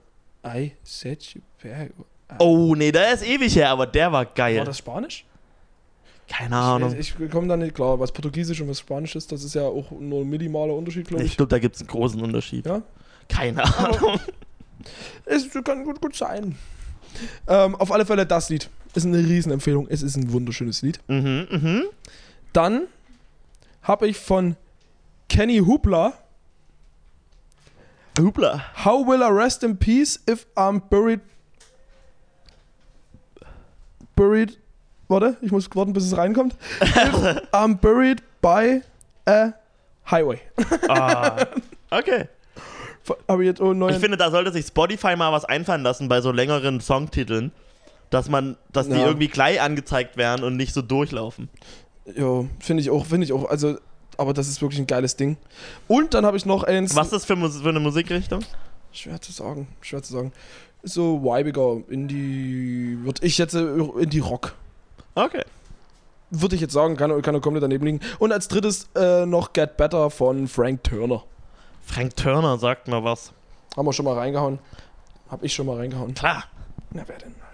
Speaker 2: I said you back.
Speaker 3: Oh, nee, der ist ewig her, aber der war
Speaker 2: War
Speaker 3: geil.
Speaker 2: das Spanisch?
Speaker 3: Ah, Keine Ahnung. Ich,
Speaker 2: Ich, ich komme da nicht klar, was Portugiesisch und was Spanisch ist, das ist ja auch nur ein minimaler Unterschied, glaube ich.
Speaker 3: glaube, da gibt es einen großen Unterschied.
Speaker 2: Ja?
Speaker 3: Keine Ahnung.
Speaker 2: Es kann gut, gut sein. Ähm, auf alle Fälle das Lied. Ist eine Riesenempfehlung. Es ist ein wunderschönes Lied.
Speaker 3: Mhm, mhm.
Speaker 2: Dann habe ich von Kenny Hoopla
Speaker 3: Hupla.
Speaker 2: <laughs> How will I rest in peace if I'm buried. Buried. Warte, ich muss warten, bis es reinkommt. If I'm buried by a highway.
Speaker 3: Ah. Okay.
Speaker 2: Habe ich jetzt oh,
Speaker 3: Ich
Speaker 2: neuen.
Speaker 3: finde, da sollte sich Spotify mal was einfallen lassen bei so längeren Songtiteln, dass man, dass die
Speaker 2: Ja.
Speaker 3: irgendwie gleich angezeigt werden und nicht so durchlaufen.
Speaker 2: Ja, finde ich auch, finde ich auch. Also, aber das ist wirklich ein geiles Ding. Und dann habe ich noch eins.
Speaker 3: Was ist das für, Mus- für eine Musikrichtung?
Speaker 2: Schwer zu sagen, schwer zu sagen. Ist So weibiger Indie, würde ich jetzt Indie Rock,
Speaker 3: Okay.
Speaker 2: würde ich jetzt sagen, kann, kann er komplett daneben liegen. Und als drittes äh, noch Get Better von Frank Turner.
Speaker 3: Frank Turner sagt mal was.
Speaker 2: Haben wir schon mal reingehauen. Hab ich schon mal reingehauen.
Speaker 3: Klar.
Speaker 2: Na, wer denn? Na,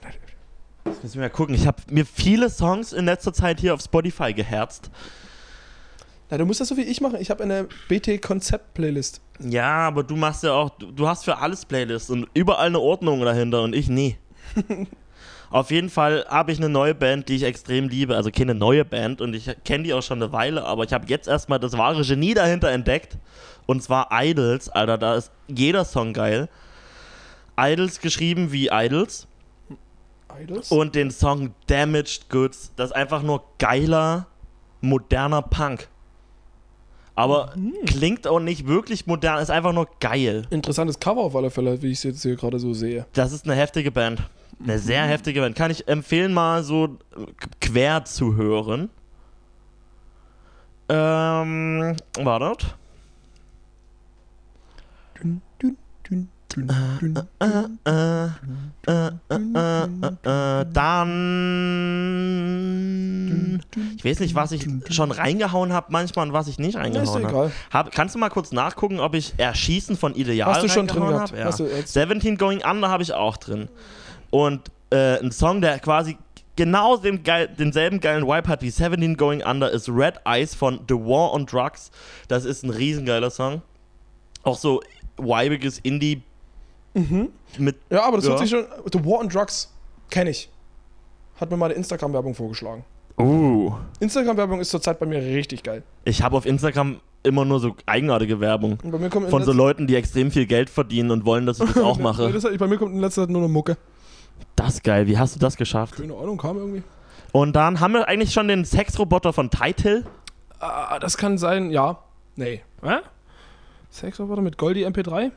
Speaker 2: wer-
Speaker 3: Jetzt müssen wir mal gucken. Ich habe mir viele Songs in letzter Zeit hier auf Spotify geherzt.
Speaker 2: Na, du musst das so wie ich machen. Ich habe eine BT-Konzept-Playlist.
Speaker 3: Ja, aber du machst ja auch, du, du hast für alles Playlists und überall eine Ordnung dahinter und ich nie. Auf jeden Fall habe ich eine neue Band, die ich extrem liebe. Also keine neue Band und ich kenne die auch schon eine Weile, aber ich habe jetzt erstmal das wahre Genie dahinter entdeckt. Und zwar Idols, Alter, da ist jeder Song geil. Idols geschrieben wie Idols
Speaker 2: Idols?
Speaker 3: und den Song Damaged Goods. Das ist einfach nur geiler, moderner Punk. Aber klingt auch nicht wirklich modern, ist einfach nur geil.
Speaker 2: Interessantes Cover auf alle Fälle, wie ich es jetzt hier gerade so sehe.
Speaker 3: Das ist eine heftige Band.
Speaker 2: Mhm.
Speaker 3: Eine sehr heftige Band. Kann ich empfehlen, mal so k- quer zu hören. Ähm, wartet.
Speaker 2: Dün, dün, dün, dün, dün.
Speaker 3: Äh, äh, äh, äh, äh, äh, dann. Ich weiß nicht, was ich schon reingehauen habe manchmal und was ich nicht
Speaker 2: Na, Ist
Speaker 3: reingehauen habe.
Speaker 2: egal.
Speaker 3: Hab, kannst du mal kurz nachgucken, ob ich Erschießen von Ideal
Speaker 2: Hast du schon drin
Speaker 3: reingehauen
Speaker 2: gehabt?
Speaker 3: hab? Ja.
Speaker 2: Hast du jetzt-
Speaker 3: 17 Going Under habe ich auch drin. Und äh, ein Song, der quasi genau den geil, denselben geilen Vibe hat wie 17 Going Under, ist Red Eyes von The War on Drugs. Das ist ein riesengeiler Song. Auch so weibiges Indie mit
Speaker 2: Ja, aber das
Speaker 3: Ja.
Speaker 2: hört sich schon. The War on Drugs kenne ich. Hat mir mal eine Instagram-Werbung vorgeschlagen.
Speaker 3: Uh.
Speaker 2: Instagram-Werbung ist zurzeit bei mir richtig geil.
Speaker 3: Ich habe auf Instagram immer nur so eigenartige Werbung
Speaker 2: Und bei mir kommt
Speaker 3: von so
Speaker 2: in
Speaker 3: Leuten, die extrem viel Geld verdienen und wollen, dass ich das auch
Speaker 2: letzter, Nee, <laughs>
Speaker 3: mache.
Speaker 2: das hat, bei mir kommt in letzter Zeit nur eine Mucke.
Speaker 3: Das ist geil. Wie hast du das geschafft?
Speaker 2: Keine Ahnung, kam irgendwie.
Speaker 3: Und dann haben wir eigentlich schon den Sexroboter von Title.
Speaker 2: Ah, das kann sein, ja. Nee. Hä? Sexroboter mit Goldie MP3?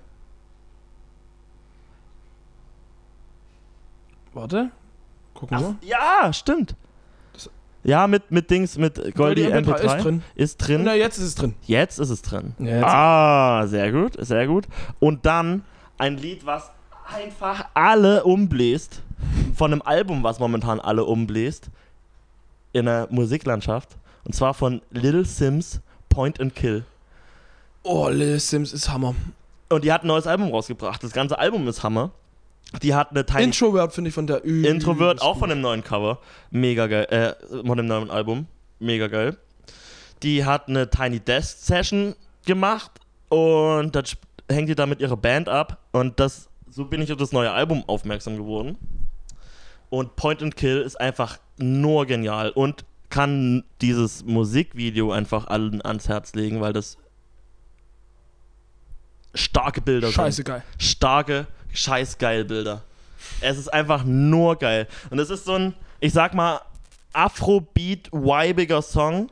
Speaker 2: Warte. Gucken wir.
Speaker 3: Ja, stimmt.
Speaker 2: Das-
Speaker 3: Ja, mit, mit Dings, mit Goldie, MP3,
Speaker 2: ist drin.
Speaker 3: Ist drin.
Speaker 2: Na, jetzt ist es drin.
Speaker 3: Jetzt ist es drin.
Speaker 2: Ja, jetzt-
Speaker 3: Ah, sehr gut, sehr gut. Und dann ein Lied, was einfach alle umbläst. von einem Album, was momentan alle umbläst, in der Musiklandschaft. Und zwar von Little Sims Point and Kill.
Speaker 2: Oh, Little Sims ist Hammer.
Speaker 3: Und die hat ein neues Album rausgebracht. Das ganze Album ist Hammer. Die hat eine Tiny
Speaker 2: Introvert finde ich von der Ü.
Speaker 3: Introvert, auch von dem neuen Cover. Mega geil. Äh, von dem neuen Album. Mega geil. Die hat eine Tiny Desk Session gemacht und dann sp- hängt die damit ihre Band ab. Und das, so bin ich auf das neue Album aufmerksam geworden. Und Point and Kill ist einfach nur genial und kann dieses Musikvideo einfach allen ans Herz legen, weil das starke Bilder sind
Speaker 2: Scheiße geil.
Speaker 3: starke, scheißgeil Bilder. Es ist einfach nur geil. Und es ist so ein, ich sag mal, Afrobeat-weibiger Song.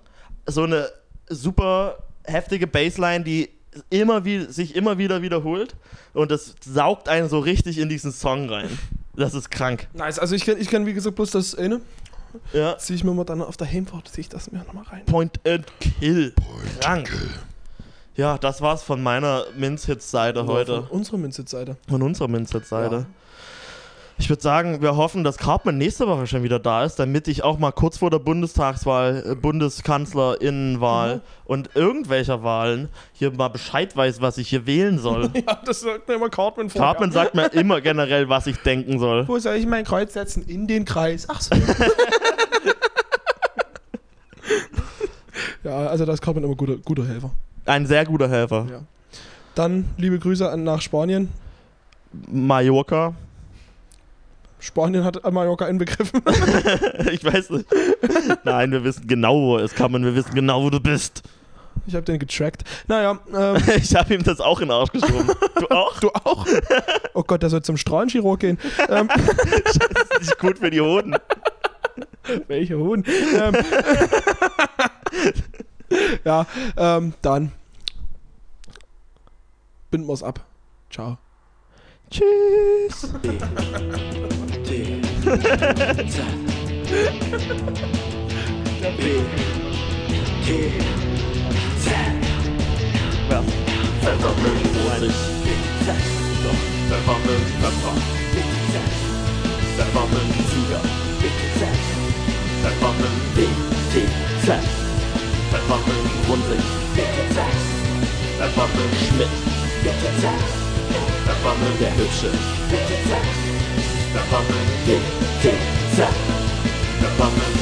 Speaker 3: So eine super heftige Bassline, die immer wie, sich immer wieder wiederholt. Und das saugt einen so richtig in diesen Song rein. Das ist krank.
Speaker 2: Nice, also ich kenne, ich kenn, wie gesagt, bloß das eine.
Speaker 3: Ja.
Speaker 2: Ziehe ich mir mal dann auf der Heimfahrt, ziehe ich das mir nochmal rein.
Speaker 3: Point and Kill. krank. Ja, das war's von meiner Minz-Hits-Seite heute.
Speaker 2: Von unserer Minzitseite.
Speaker 3: Von unserer Mindset-Seite.
Speaker 2: Ja.
Speaker 3: Ich würde sagen, wir hoffen, dass Karpmann nächste Woche schon wieder da ist, damit ich auch mal kurz vor der Bundestagswahl, äh, Bundeskanzlerinnenwahl und irgendwelcher Wahlen hier mal Bescheid weiß, was ich hier wählen <laughs> soll.
Speaker 2: <laughs> Ja, das sagt mir immer Cartman vor.
Speaker 3: Karpmann sagt mir immer generell, was ich denken soll.
Speaker 2: Wo soll ich mein Kreuz setzen? In den Kreis. Ach so. ja, also da ist Cartman immer guter, guter Helfer.
Speaker 3: Ein sehr guter Helfer.
Speaker 2: Ja. Dann liebe Grüße an, nach Spanien.
Speaker 3: Mallorca. <laughs>
Speaker 2: Spanien hat Mallorca inbegriffen. <laughs>
Speaker 3: ich weiß nicht. Nein, wir wissen genau, wo er ist, Karpmann. Wir wissen genau, wo du bist. <laughs>
Speaker 2: Ich habe den getrackt. Naja, ähm, <laughs>
Speaker 3: Ich habe ihm das auch in den Arsch geschoben. Du auch?
Speaker 2: du auch? Oh Gott, der soll zum Strahlenchirurg <laughs> gehen. Ähm,
Speaker 3: Das ist nicht gut für die Hoden.
Speaker 2: Welche Huhn? Ähm, <laughs> ja, ähm, dann binden wir's ab. Ciao.
Speaker 3: Tschüss. Ja.
Speaker 1: Verformen, Vorsicht. Doch, verformen, verformen. Verformen, Sieger. Verformen, verformen, Wundig. Verformen, Schmidt. Verformen, der Hübsche. Verformen, verformen,